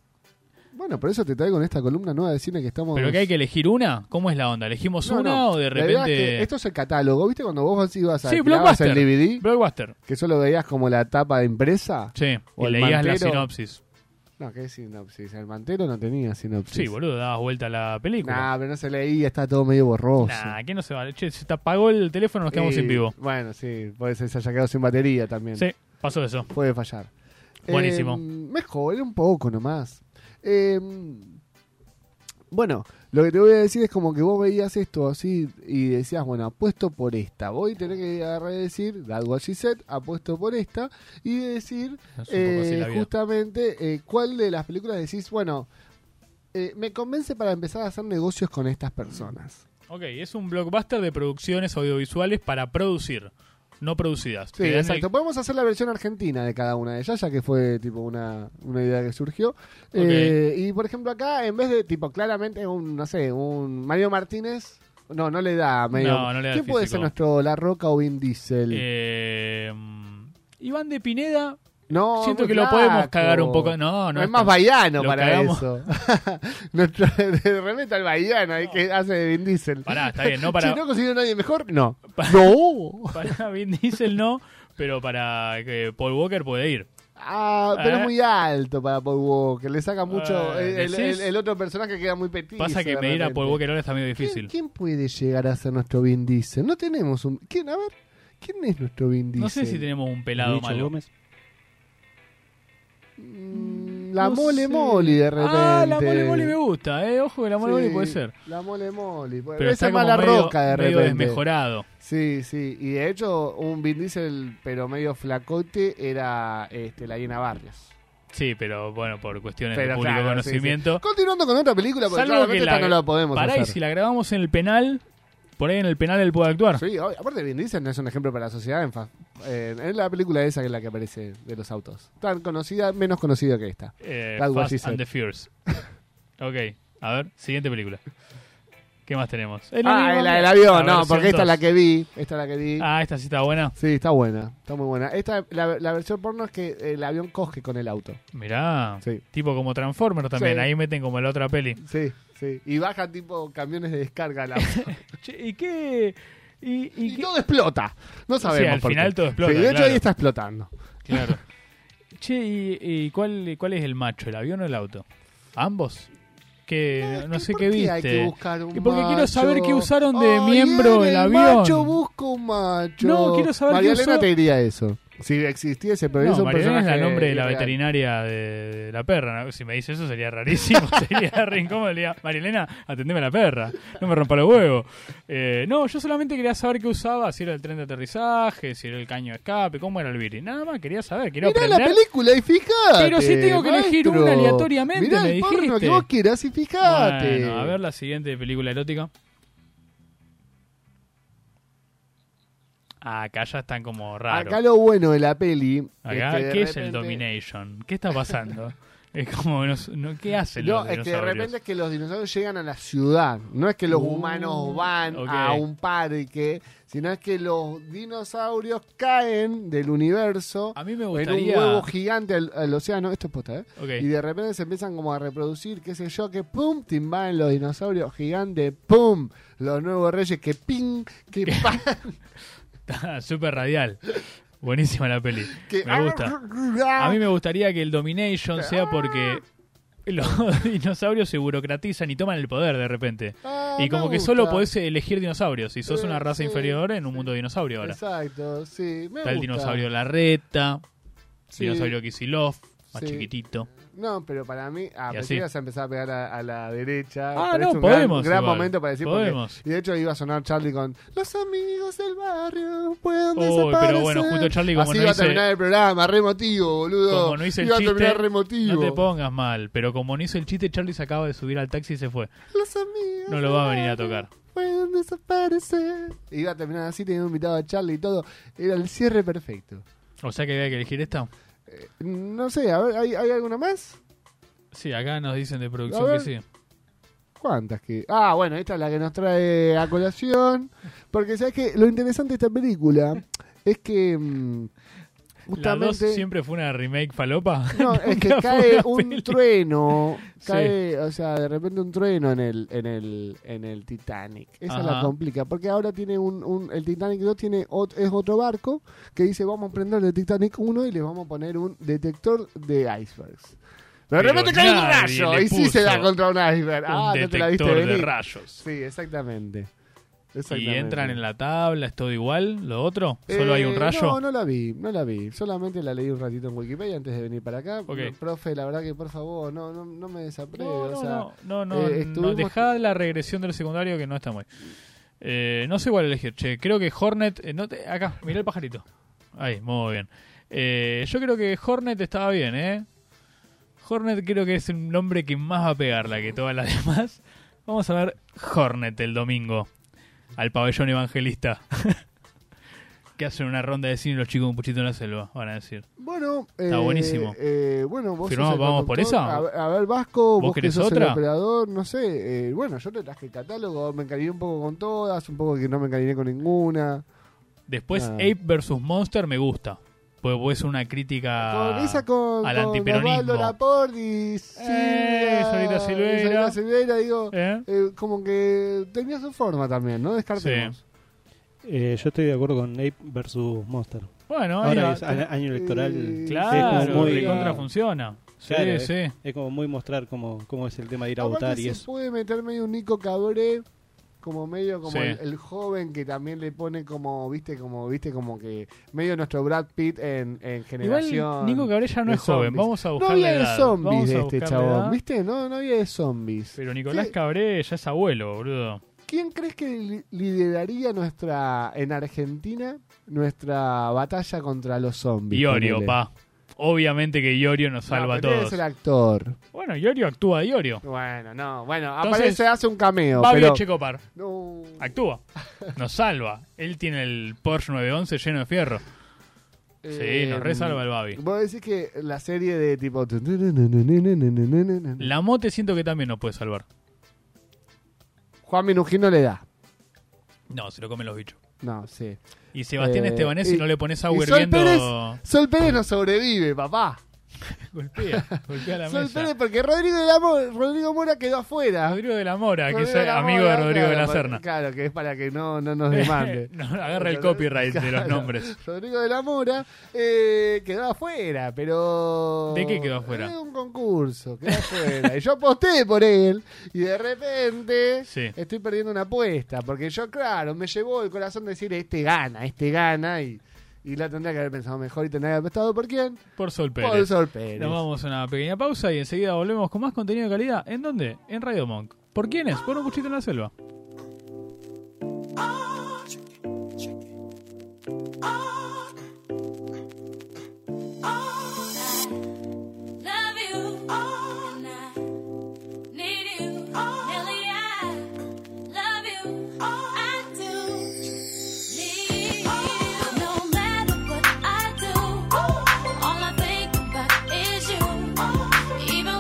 Speaker 7: Bueno, por eso te traigo en esta columna nueva de cine que estamos.
Speaker 6: Pero que hay que elegir una, ¿cómo es la onda? ¿Elegimos
Speaker 7: No,
Speaker 6: una
Speaker 7: no.
Speaker 6: o de
Speaker 7: La idea es que
Speaker 6: repente
Speaker 7: esto es el catálogo, ¿viste? Cuando vos ibas a
Speaker 6: Sí,
Speaker 7: alquilabas
Speaker 6: Blockbuster.
Speaker 7: el DVD,
Speaker 6: Blockbuster?
Speaker 7: que solo veías como la tapa impresa.
Speaker 6: Sí,
Speaker 7: O
Speaker 6: y
Speaker 7: el
Speaker 6: leías la
Speaker 7: mantero.
Speaker 6: sinopsis.
Speaker 7: No, que es sinopsis. El mantero no tenía sinopsis.
Speaker 6: Sí, boludo, dabas vuelta a la película.
Speaker 7: Nah, pero no se leía, está todo medio borroso.
Speaker 6: Nah, que no se vale. Che, se te apagó el teléfono, nos quedamos
Speaker 7: Y,
Speaker 6: sin vivo.
Speaker 7: Bueno, sí, puede ser que se haya quedado sin batería también.
Speaker 6: Sí, pasó eso.
Speaker 7: Puede fallar.
Speaker 6: Buenísimo.
Speaker 7: Eh, me jodé un poco nomás. Eh, bueno, lo que te voy a decir es como que vos veías esto así y decías, bueno, apuesto por esta. Voy a tener que agarrar y decir, that what she said, apuesto por esta. Y decir
Speaker 6: Es un poco así
Speaker 7: eh,
Speaker 6: la vida.
Speaker 7: justamente eh, cuál de las películas decís, bueno, eh, me convence para empezar a hacer negocios con estas personas.
Speaker 6: Ok, es un blockbuster de producciones audiovisuales para producir, no producidas.
Speaker 7: Sí,
Speaker 6: Te dan el-
Speaker 7: exacto. Podemos hacer la versión argentina de cada una de ellas, ya que fue tipo una, una idea que surgió. Eh, y por ejemplo acá, en vez de tipo claramente un, no sé, un Mario Martínez, no, no le da medio...
Speaker 6: No, no le da
Speaker 7: ¿Quién
Speaker 6: el
Speaker 7: puede
Speaker 6: físico.
Speaker 7: ser nuestro La Roca o Vin Diesel?
Speaker 6: Eh, mm, Iván de Pineda,
Speaker 7: no,
Speaker 6: siento
Speaker 7: muy
Speaker 6: que lo podemos
Speaker 7: flaco.
Speaker 6: cagar un poco. No, no,
Speaker 7: No, es
Speaker 6: está-
Speaker 7: más bahiano
Speaker 6: lo
Speaker 7: para
Speaker 6: cagamos.
Speaker 7: eso. Nuestro, remeta al bahiano, ahí que hace de Vin Diesel.
Speaker 6: Pará, está bien, no para-
Speaker 7: si no consiguió nadie mejor, no.
Speaker 6: Para-
Speaker 7: ¡No!
Speaker 6: Para Vin Diesel no, pero para que Paul Walker puede ir.
Speaker 7: Ah, pero
Speaker 6: Eh.
Speaker 7: es muy alto para Paul Walker. Le saca mucho.
Speaker 6: Eh,
Speaker 7: el,
Speaker 6: ¿decís?
Speaker 7: el- el otro personaje queda muy petizo.
Speaker 6: Pasa que
Speaker 7: de
Speaker 6: medir a Paul
Speaker 7: repente.
Speaker 6: Walker ahora está medio
Speaker 7: ¿Quién-
Speaker 6: difícil.
Speaker 7: ¿Quién, puede llegar a ser nuestro Vin Diesel? No tenemos un. ¿Quién? A ver. ¿Quién es nuestro Vin Diesel?
Speaker 6: No sé si tenemos un pelado
Speaker 8: Lucho
Speaker 6: malo.
Speaker 8: Gómez.
Speaker 7: Mm, La
Speaker 6: No
Speaker 7: mole
Speaker 6: sé.
Speaker 7: moli de repente.
Speaker 6: Ah, la mole mole me gusta, eh. Ojo que la mole
Speaker 7: Sí,
Speaker 6: mole puede ser.
Speaker 7: La mole moli.
Speaker 6: Pero
Speaker 7: Esa
Speaker 6: está
Speaker 7: es
Speaker 6: como
Speaker 7: más la
Speaker 6: medio,
Speaker 7: roca de
Speaker 6: medio
Speaker 7: repente.
Speaker 6: desmejorado.
Speaker 7: Sí, sí. Y de hecho, un Vin Diesel, pero medio flacote, era este, la Hiena Barrios.
Speaker 6: Sí, pero bueno, por cuestiones de
Speaker 7: Pero
Speaker 6: público
Speaker 7: claro, sí,
Speaker 6: conocimiento.
Speaker 7: sí. Continuando con otra película, porque claramente esta no la podemos
Speaker 6: pará, y
Speaker 7: hacer.
Speaker 6: si la grabamos en el penal, por ahí en el penal él puede actuar.
Speaker 7: Sí, obvio. aparte Vin Diesel no es un ejemplo para la sociedad. En, fa- eh, es la película esa que es la que aparece de los autos. Tan conocida, menos conocida que esta.
Speaker 6: Eh,
Speaker 7: That's what
Speaker 6: Fast
Speaker 7: she said.
Speaker 6: and the Fierce. Ok, a ver, siguiente película. ¿Qué más tenemos? Es la
Speaker 7: Ah,
Speaker 6: misma-
Speaker 7: la del avión, no,
Speaker 6: versión
Speaker 7: porque esta es la
Speaker 6: dos.
Speaker 7: que vi. Esta es la que vi.
Speaker 6: Ah, esta sí está buena.
Speaker 7: Sí, está buena, está muy buena. Esta, la, la versión porno es que el avión coge con el auto.
Speaker 6: Mirá,
Speaker 7: Sí.
Speaker 6: tipo como Transformers también.
Speaker 7: Sí.
Speaker 6: Ahí meten como la otra peli.
Speaker 7: Sí, sí. Y baja tipo camiones de descarga al auto.
Speaker 6: Che, ¿y qué? ¿Y, y
Speaker 7: y
Speaker 6: qué?
Speaker 7: todo explota. No
Speaker 6: sea,
Speaker 7: sabemos.
Speaker 6: al
Speaker 7: por qué.
Speaker 6: final todo explota,
Speaker 7: Sí, de hecho
Speaker 6: claro.
Speaker 7: ahí está explotando.
Speaker 6: Claro. che, ¿y, y cuál, cuál es el macho? ¿El avión o el auto? ¿Ambos? Que Eh, no, sé
Speaker 7: Eh, ¿Por
Speaker 6: qué viste.
Speaker 7: Hay que buscar un
Speaker 6: Y porque quiero
Speaker 7: macho?
Speaker 6: saber qué usaron de
Speaker 7: Ay,
Speaker 6: miembro
Speaker 7: en
Speaker 6: el
Speaker 7: el
Speaker 6: avión.
Speaker 7: macho busca un macho.
Speaker 6: No, quiero saber
Speaker 7: María
Speaker 6: qué
Speaker 7: Elena
Speaker 6: usó-
Speaker 7: te diría eso. Si existiese, pero es
Speaker 6: No,
Speaker 7: un
Speaker 6: Marilena es
Speaker 7: personaje
Speaker 6: la nombre de la
Speaker 7: irreal.
Speaker 6: veterinaria de, de la perra. ¿no? Si me dice eso sería rarísimo, sería re incómodo. Le diría, Marilena, atendeme a la perra, no me rompa los huevos. Eh, no, yo solamente quería saber qué usaba, si era el tren de aterrizaje, si era el caño de escape, cómo era el viri. Nada más quería saber, quiero
Speaker 7: Mirá la
Speaker 6: aprender.
Speaker 7: película y fijate.
Speaker 6: Pero si tengo que elegir
Speaker 7: maestro.
Speaker 6: una aleatoriamente,
Speaker 7: Mirá
Speaker 6: me
Speaker 7: el porno
Speaker 6: dijiste.
Speaker 7: que vos quieras y fijate.
Speaker 6: Bueno, a ver la siguiente película erótica. Ah, Acá ya están como raros.
Speaker 7: Acá lo bueno de la peli.
Speaker 6: Acá,
Speaker 7: es que de
Speaker 6: ¿qué es el
Speaker 7: repente-
Speaker 6: domination? ¿Qué está pasando? Es como, no, no- ¿qué hacen
Speaker 7: No,
Speaker 6: los
Speaker 7: es que de
Speaker 6: dinosaurios? Uh,
Speaker 7: repente es que los dinosaurios llegan a la ciudad. No es que los humanos van
Speaker 6: ok.
Speaker 7: a un parque, sino es que los dinosaurios caen del universo
Speaker 6: A mí me
Speaker 7: en
Speaker 6: gustaría-
Speaker 7: un huevo gigante al, al océano. Esto es posta, ¿eh?
Speaker 6: Ok.
Speaker 7: Y de repente se empiezan como a reproducir, qué sé yo, que pum, te invaden los dinosaurios gigantes, pum, los nuevos reyes, que ping, que pan,
Speaker 6: Está súper radial. Buenísima la peli.
Speaker 7: que...
Speaker 6: Me gusta. A mí me gustaría que el Domination sea porque
Speaker 7: ah.
Speaker 6: los dinosaurios se burocratizan y toman el poder de repente.
Speaker 7: Ah,
Speaker 6: Y como
Speaker 7: me
Speaker 6: que solo
Speaker 7: gusta.
Speaker 6: podés elegir dinosaurios. Si sos
Speaker 7: Eh,
Speaker 6: una raza
Speaker 7: sí,
Speaker 6: inferior en un mundo de dinosaurio ahora.
Speaker 7: Exacto, sí, me
Speaker 6: Está el
Speaker 7: gusta.
Speaker 6: dinosaurio Larreta,
Speaker 7: Sí.
Speaker 6: dinosaurio Kisilov, más
Speaker 7: Sí.
Speaker 6: chiquitito.
Speaker 7: No, pero para mí, a
Speaker 6: Y
Speaker 7: pesar
Speaker 6: así.
Speaker 7: ibas a empezar a pegar a, a la derecha.
Speaker 6: Ah,
Speaker 7: pero
Speaker 6: no,
Speaker 7: es un gran-
Speaker 6: podemos
Speaker 7: Gran,
Speaker 6: igual.
Speaker 7: momento para decir porque-
Speaker 6: Podemos.
Speaker 7: y de hecho iba a sonar Charlie con Los amigos del barrio pueden
Speaker 6: Uy,
Speaker 7: desaparecer.
Speaker 6: pero bueno, justo Charlie como
Speaker 7: Así
Speaker 6: no hice-
Speaker 7: iba a terminar el programa, re emotivo, boludo.
Speaker 6: Como no hice el
Speaker 7: iba a
Speaker 6: chiste,
Speaker 7: terminar re emotivo.
Speaker 6: no te pongas mal. Pero como no hice el chiste, Charlie se acaba de subir al taxi y se fue.
Speaker 7: Los amigos
Speaker 6: No lo va a
Speaker 7: del
Speaker 6: venir a
Speaker 7: barrio
Speaker 6: tocar.
Speaker 7: Pueden desaparecer. Iba a terminar así, teniendo invitado a Charlie y todo. Era el cierre perfecto.
Speaker 6: O sea que había que elegir esta.
Speaker 7: No sé, a ver, ¿hay, hay alguna más?
Speaker 6: Sí, acá nos dicen de
Speaker 7: A
Speaker 6: producción
Speaker 7: ver.
Speaker 6: que sí.
Speaker 7: ¿Cuántas que.? Ah, bueno, esta es la que nos trae a colación. Porque, ¿sabes que Lo interesante de esta película es que. mm,
Speaker 6: ¿La 2
Speaker 7: justamente.
Speaker 6: siempre fue una remake falopa?
Speaker 7: No, es que
Speaker 6: Nunca fue
Speaker 7: cae
Speaker 6: una
Speaker 7: un
Speaker 6: peli.
Speaker 7: trueno. Cae, o sea, de repente un trueno en el, en el, en el Titanic. Esa la
Speaker 6: Ajá.
Speaker 7: complica. Porque ahora tiene un. un- el Titanic 2 tiene ot- es otro barco que dice: Vamos a prender el Titanic 1 y le vamos a poner un detector de icebergs. Pero de
Speaker 6: Pero
Speaker 7: repente cae un
Speaker 6: nadie
Speaker 7: rayo
Speaker 6: le
Speaker 7: y sí se da
Speaker 6: puso
Speaker 7: contra un iceberg.
Speaker 6: Un
Speaker 7: ah, no te la viste
Speaker 6: detector de
Speaker 7: venir.
Speaker 6: rayos.
Speaker 7: Sí, exactamente.
Speaker 6: Y
Speaker 7: Exactamente.
Speaker 6: entran en la tabla, es todo igual. ¿Lo otro? ¿Solo hay un
Speaker 7: Eh,
Speaker 6: rayo?
Speaker 7: No, no la vi, no la vi. Solamente la leí un ratito en Wikipedia antes de venir para acá.
Speaker 6: Ok.
Speaker 7: No, profe, la verdad que por favor, no, no, no me desapruebe.
Speaker 6: No,
Speaker 7: o
Speaker 6: no,
Speaker 7: sea,
Speaker 6: no, no, no,
Speaker 7: eh,
Speaker 6: no,
Speaker 7: estuvimos-
Speaker 6: dejá la regresión del secundario que no está muy. Eh, no sé cuál elegir, che. Creo que Hornet. eh, no te- acá, mirá el pajarito. Ahí, muy bien. Eh, yo creo que Hornet estaba bien, ¿eh? Hornet creo que es el nombre que más va a pegarla que todas las demás. Vamos a ver Hornet el domingo al pabellón evangelista. que hacen una ronda de cine los chicos de un puchito en la selva, van a decir.
Speaker 7: Bueno,
Speaker 6: Está
Speaker 7: eh,
Speaker 6: buenísimo.
Speaker 7: eh, bueno, vos
Speaker 6: Firmamos,
Speaker 7: sos el
Speaker 6: ¿vamos por
Speaker 7: conductor.
Speaker 6: esa?
Speaker 7: A, ver- a ver, Vasco,
Speaker 6: ¿Vos
Speaker 7: vos, que
Speaker 6: querés
Speaker 7: sos el
Speaker 6: otra?
Speaker 7: operador, no sé. eh, bueno, yo te traje el catálogo, me encariñé un poco con todas, un poco que no me encariñé con ninguna.
Speaker 6: Después
Speaker 7: Ah.
Speaker 6: Ape vs Monster me gusta. Pues puede ser una crítica
Speaker 7: con esa con,
Speaker 6: Ah, al
Speaker 7: con
Speaker 6: antiperonismo. Eh,
Speaker 7: Osvaldo Laporte y Silvia-
Speaker 6: Solita Silveira.
Speaker 7: Solita Silveira, digo,
Speaker 6: ¿Eh?
Speaker 7: eh, como que tenía su forma también, ¿no? Descartemos.
Speaker 8: Eh, yo estoy de acuerdo con Ape versus Monster.
Speaker 6: Bueno, ahí
Speaker 8: Ahora
Speaker 6: va.
Speaker 8: es a- año electoral.
Speaker 7: Eh,
Speaker 8: es
Speaker 6: claro,
Speaker 8: como muy-
Speaker 6: recontra funciona. Sí,
Speaker 8: Claro, es,
Speaker 6: sí.
Speaker 8: es como muy mostrar cómo, cómo es el tema de ir a
Speaker 7: Aparte
Speaker 8: votar y
Speaker 7: se
Speaker 8: eso.
Speaker 7: puede meter medio un Nico Cabré como medio como
Speaker 6: Sí.
Speaker 7: el, el joven que también le pone como viste como viste como que medio nuestro Brad Pitt en, en generación
Speaker 6: Igual Nico Cabrera ya no
Speaker 7: de
Speaker 6: es joven.
Speaker 7: zombies.
Speaker 6: Vamos a
Speaker 7: no
Speaker 6: buscar la
Speaker 7: había de
Speaker 6: edad.
Speaker 7: zombies
Speaker 6: Vamos a
Speaker 7: de
Speaker 6: buscar
Speaker 7: este
Speaker 6: la
Speaker 7: chabón
Speaker 6: edad.
Speaker 7: viste no no había de zombies
Speaker 6: Pero Nicolás
Speaker 7: ¿Qué?
Speaker 6: Cabré ya es abuelo, boludo.
Speaker 7: quién crees que li- lideraría nuestra en Argentina nuestra batalla contra los zombies
Speaker 6: Iorio,
Speaker 7: ponele?
Speaker 6: pa. Obviamente que Iorio nos salva
Speaker 7: No,
Speaker 6: a
Speaker 7: pero
Speaker 6: todos.
Speaker 7: es el actor
Speaker 6: Bueno, Iorio actúa de Iorio.
Speaker 7: bueno no bueno
Speaker 6: Entonces,
Speaker 7: aparece hace un cameo
Speaker 6: Fabio
Speaker 7: pero
Speaker 6: Checopar
Speaker 7: no.
Speaker 6: actúa. Nos salva. Él tiene el Porsche 911 lleno de fierro.
Speaker 7: Eh,
Speaker 6: Sí,
Speaker 7: em,
Speaker 6: nos resalva el Babi.
Speaker 7: Vos decís que la serie de tipo.
Speaker 6: La mote siento que también nos puede salvar.
Speaker 7: Juan Minujín no le da.
Speaker 6: No, se lo comen los bichos.
Speaker 7: No, sí.
Speaker 6: Y Sebastián
Speaker 7: Eh,
Speaker 6: Estebanés, si
Speaker 7: y-
Speaker 6: no le pones agua
Speaker 7: y Sol
Speaker 6: hirviendo,
Speaker 7: Pérez- Sol Pérez no sobrevive, papá.
Speaker 6: golpea, golpea la
Speaker 7: Sol
Speaker 6: mesa.
Speaker 7: Pérez, porque Rodrigo, de la Mo- Rodrigo Mora quedó afuera.
Speaker 6: Rodrigo de la Mora, que es
Speaker 7: Rodrigo la
Speaker 6: amigo
Speaker 7: Mora,
Speaker 6: de Rodrigo de
Speaker 7: claro,
Speaker 6: la
Speaker 7: para-
Speaker 6: Serna.
Speaker 7: Claro, que es para que no, no nos demande.
Speaker 6: No, agarra el copyright de los
Speaker 7: Claro.
Speaker 6: nombres.
Speaker 7: Rodrigo de la Mora eh, quedó afuera, pero.
Speaker 6: ¿De qué quedó afuera?
Speaker 7: De un concurso, quedó afuera. y yo aposté por él, y de repente
Speaker 6: Sí.
Speaker 7: estoy perdiendo una apuesta, porque yo, claro, me llevó el corazón decir: este gana, este gana, y, y la tendría que haber pensado mejor y tendría que haber apostado por quién?
Speaker 6: Por Sol
Speaker 7: Por el
Speaker 6: Pérez.
Speaker 7: Sol Pérez.
Speaker 6: Nos vamos a una pequeña pausa y enseguida volvemos con más contenido de calidad. ¿En dónde? En Radio Monk. ¿Por quiénes? Por un cuchito en la selva.
Speaker 2: Love you. And I need you. Really, I love you. I do need you. No matter what I do, all I think about is you. Even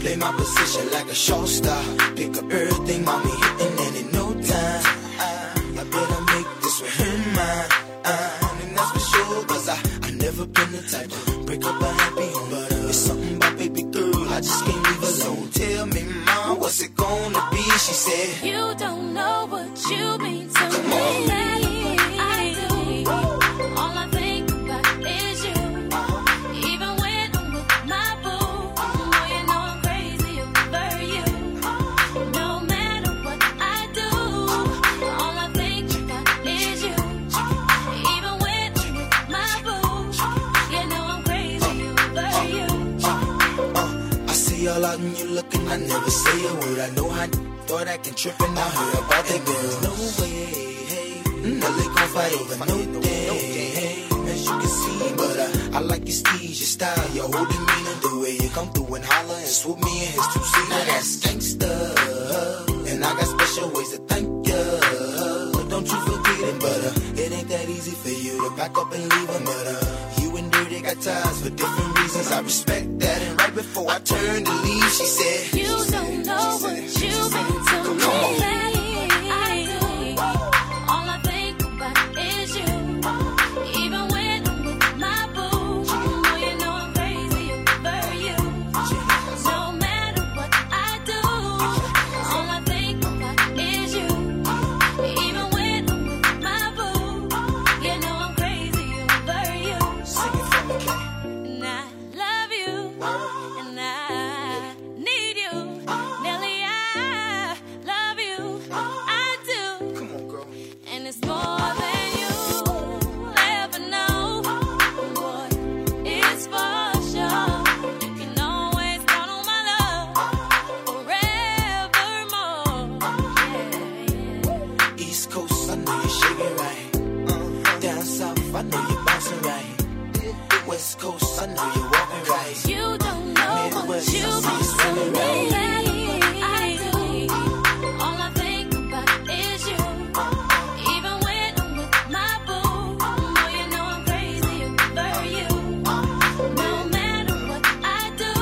Speaker 10: Play my position like a show star. Pick up everything, mommy, hitting it in no time. I, I better make this with her mine. Uh, and that's for sure, cause I, I never been the type to break up a happy home. But uh, it's something about baby girl, I just can't leave alone. Tell me, mom, what's it gonna be? She said.
Speaker 2: You don't know what you mean to me. I do. All I think about is you. Even when I'm with my boo, boy, you know I'm crazy over you. No matter what I do, all I think about is you. Even when I'm with my boo, you know I'm crazy over you.
Speaker 10: I see y'all out and you looking. I never say a word. I know I thought I can trip and I heard about that girl. There's no way, hey, Mm, no they gon' fight over no day, hey. As you can see, but uh, I like your steeze, your style, your whole demeanor, the way you come through and holler and swoop me in his two seat. Now that's gangsta, and I got special ways to thank ya. But don't you forget it, but uh, it ain't that easy for you to pack up and leave him, but uh, you and Dirty got ties for different reasons. I respect that, and right before I turned to leave, she said.
Speaker 2: You don't know what you've been to me. I do. All I think about is you. Even when I'm with my boo, boy, you know I'm crazy over you. No matter what I do, all I think about is you. Even when I'm with my boo, you know I'm crazy over you. And I love you, and I need you. Nelly, I love you. I do. Come on, girl. And it's more than you ever know. Boy, it's for sure. You can always count on my love forevermore.
Speaker 10: East Coast, I know you're shaking right. Down South, I know you're bouncing right. West Coast, I know you're walking right.
Speaker 2: You don't know what
Speaker 10: Midwest, I
Speaker 2: you
Speaker 10: see you
Speaker 2: mean
Speaker 10: swimming
Speaker 2: to
Speaker 10: right.
Speaker 2: me. I do. All I think about is you. Even when I'm with my boo, boy, you know I'm crazy over you. No matter what I do,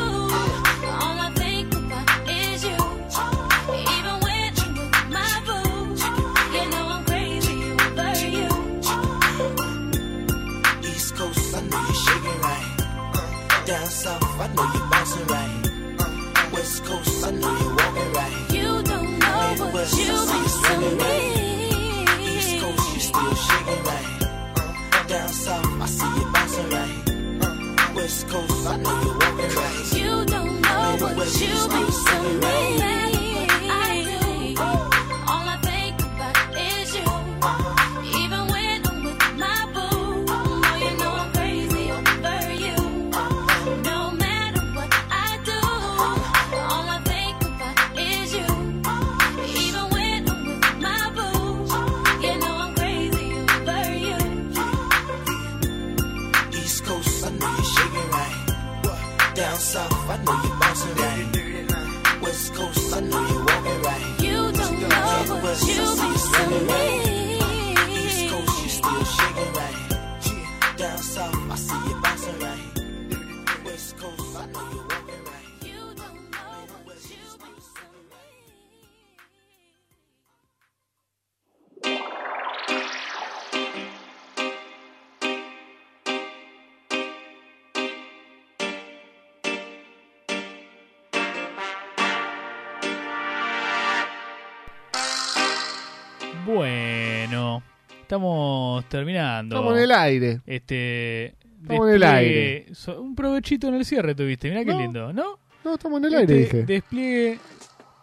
Speaker 2: all I think about is you. Even when I'm with my boo, you know I'm crazy over you.
Speaker 10: East Coast, I know you're shaking right. Down South, I know you're bouncing right. West Coast, I know you're walking right.
Speaker 2: You don't know what
Speaker 10: Midwest, I
Speaker 2: you
Speaker 10: see you
Speaker 2: mean to
Speaker 10: swimming right.
Speaker 2: me.
Speaker 10: East Coast, you still shaking right. Down South, I see you bouncing right. West Coast, I know you're walking right.
Speaker 2: You don't know what you mean to me. I do. All I think about is you. Even when I'm with my boo, boy, you know I'm crazy over you. No matter what I do, all I think about is you. Even when I'm with my boo, you know I'm crazy over you.
Speaker 10: East Coast, I know you're shaking right. Down South, I know you're bouncing right. West Coast, I know you're walking right.
Speaker 2: You don't know what
Speaker 10: Midwest, I
Speaker 2: you
Speaker 10: see you
Speaker 2: mean
Speaker 10: swimming right.
Speaker 2: to me.
Speaker 10: East Coast, you still shaking right. Down South, I see you bouncing right. West Coast, I know you're walking right.
Speaker 6: Bueno, estamos terminando.
Speaker 7: Estamos en el aire.
Speaker 6: Este.
Speaker 7: Estamos en el
Speaker 6: despliegue-
Speaker 7: aire.
Speaker 6: so- Un provechito en el cierre tuviste, mirá qué
Speaker 7: No.
Speaker 6: lindo, ¿no?
Speaker 7: No, estamos en el aire,
Speaker 6: Este
Speaker 7: dije.
Speaker 6: Despliegue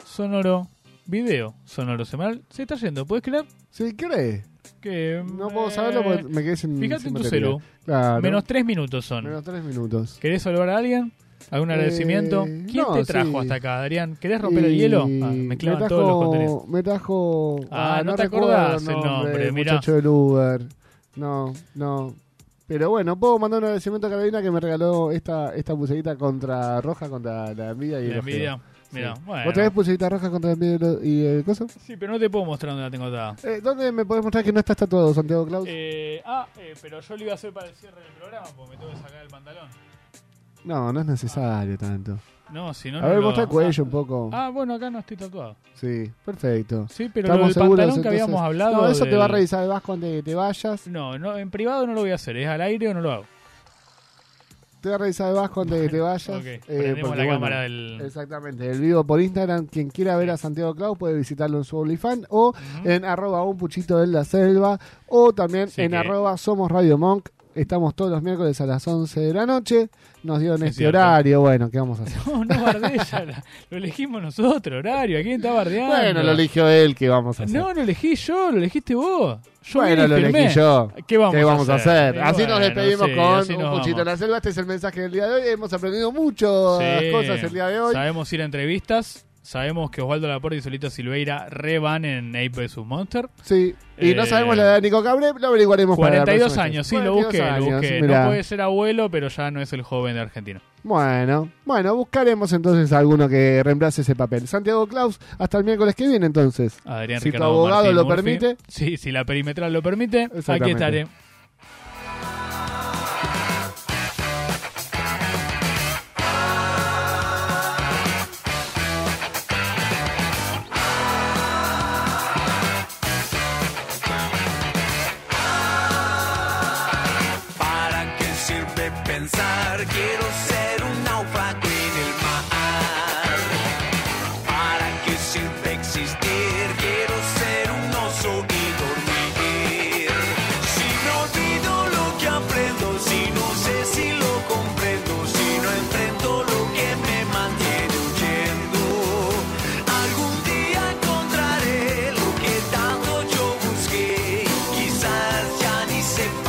Speaker 6: sonoro, video sonoro semanal. Se está yendo, ¿puedes creer?
Speaker 7: ¿Sí crees?
Speaker 6: Que, eh,
Speaker 7: No puedo saberlo porque mm, me quedé sin.
Speaker 6: Fíjate
Speaker 7: sin
Speaker 6: en tu
Speaker 7: batería.
Speaker 6: celu.
Speaker 7: Claro.
Speaker 6: Menos tres minutos son.
Speaker 7: Menos tres minutos.
Speaker 6: ¿Querés saludar a alguien? ¿Algún
Speaker 7: Eh,
Speaker 6: agradecimiento? ¿Quién
Speaker 7: no,
Speaker 6: te trajo
Speaker 7: sí.
Speaker 6: hasta acá, Adrián? ¿Querés romper el
Speaker 7: Y
Speaker 6: hielo? Ah,
Speaker 7: me
Speaker 6: mezclaban
Speaker 7: trajo,
Speaker 6: todos los contenidos.
Speaker 7: Me trajo.
Speaker 6: Ah, no te
Speaker 7: recuerdo
Speaker 6: acordás el nombre, mirá.
Speaker 7: Muchacho del Uber. No, no. Pero bueno, puedo mandar un agradecimiento a Carolina que me regaló esta, esta pulserita contra roja contra la envidia y el
Speaker 6: La
Speaker 7: ojeo.
Speaker 6: envidia.
Speaker 7: Sí.
Speaker 6: Mirá, bueno.
Speaker 7: ¿Vos tenés pulserita roja contra la envidia y el o- y el coso?
Speaker 6: Sí, pero no te puedo mostrar dónde la tengo atada.
Speaker 7: Eh, ¿Dónde me podés mostrar que no estás tatuado, Santiago Claus?
Speaker 6: Eh, ah, eh, pero yo lo iba a hacer para el cierre del programa porque me tengo que sacar el pantalón.
Speaker 7: No, no es necesario tanto.
Speaker 6: No, si no.
Speaker 7: A
Speaker 6: no
Speaker 7: ver,
Speaker 6: lo-
Speaker 7: muestra el cuello un poco.
Speaker 6: Ah, bueno, acá no estoy tatuado.
Speaker 7: Sí, perfecto.
Speaker 6: Sí, pero lo del pantalón que habíamos hablado
Speaker 7: No, eso te va a
Speaker 6: del-
Speaker 7: revisar el Vasco antes de que te vayas.
Speaker 6: No, no, en privado no lo voy a hacer. ¿Es al aire o no lo hago?
Speaker 7: Te va a revisar el Vasco antes de que te vayas.
Speaker 6: Ok,
Speaker 7: eh,
Speaker 6: prendemos
Speaker 7: porque,
Speaker 6: la
Speaker 7: bueno,
Speaker 6: cámara del-
Speaker 7: Exactamente, el vivo por Instagram. Quien quiera ver a Santiago Clau puede visitarlo en su OnlyFans o en arroba un puchito de la selva o también
Speaker 6: Sí
Speaker 7: en
Speaker 6: que-
Speaker 7: arroba somos Radio Monk. Estamos todos los miércoles a las 11 de la noche. Nos dieron este
Speaker 6: cierto.
Speaker 7: horario. Bueno, ¿qué vamos a hacer?
Speaker 6: No, no bardees, ya la- Lo elegimos nosotros, horario. ¿A quién está bardeando?
Speaker 7: Bueno, lo eligió él. ¿Qué vamos a hacer?
Speaker 6: No, lo elegí yo, lo elegiste vos. Yo
Speaker 7: Bueno,
Speaker 6: vine
Speaker 7: lo
Speaker 6: y
Speaker 7: elegí
Speaker 6: filmé.
Speaker 7: yo.
Speaker 6: ¿Qué vamos,
Speaker 7: a hacer?
Speaker 6: Y
Speaker 7: así nos
Speaker 6: bueno,
Speaker 7: despedimos
Speaker 6: sí, así
Speaker 7: con
Speaker 6: nos
Speaker 7: un puchito en
Speaker 6: vamos.
Speaker 7: la selva. Este es el mensaje del día de hoy. Hemos aprendido muchas
Speaker 6: Sí.
Speaker 7: cosas el día de hoy.
Speaker 6: Sabemos ir a entrevistas. Sabemos que Osvaldo Laporte y Solito Silveira reban en Ape vs. Monster.
Speaker 7: Sí. Y no
Speaker 6: Eh,
Speaker 7: sabemos la edad de Nico Cabré, lo averiguaremos para la
Speaker 6: 42
Speaker 7: próxima
Speaker 6: años, sí,
Speaker 7: vez.
Speaker 6: lo busqué.
Speaker 7: 42
Speaker 6: lo
Speaker 7: años,
Speaker 6: busqué.
Speaker 7: mirá.
Speaker 6: No puede ser abuelo, pero ya no es el joven de argentino.
Speaker 7: Bueno, bueno, buscaremos entonces alguno que reemplace ese papel. Santiago Claus, hasta el miércoles que viene entonces.
Speaker 6: Adrián
Speaker 7: si tu
Speaker 6: Ricardo
Speaker 7: abogado
Speaker 6: Martín
Speaker 7: lo
Speaker 6: Murphy.
Speaker 7: permite.
Speaker 6: Sí, si la perimetral lo permite, aquí
Speaker 7: Exactamente.
Speaker 6: estaré.
Speaker 11: ¿Para qué sirve pensar? Quiero ser un náufrago en el mar. ¿Para qué sirve existir? Quiero ser un oso y dormir. Si no olvido lo que aprendo, si no sé si lo comprendo, si no enfrento lo que me mantiene huyendo. Algún día encontraré lo que tanto yo busqué, quizás ya ni sepa.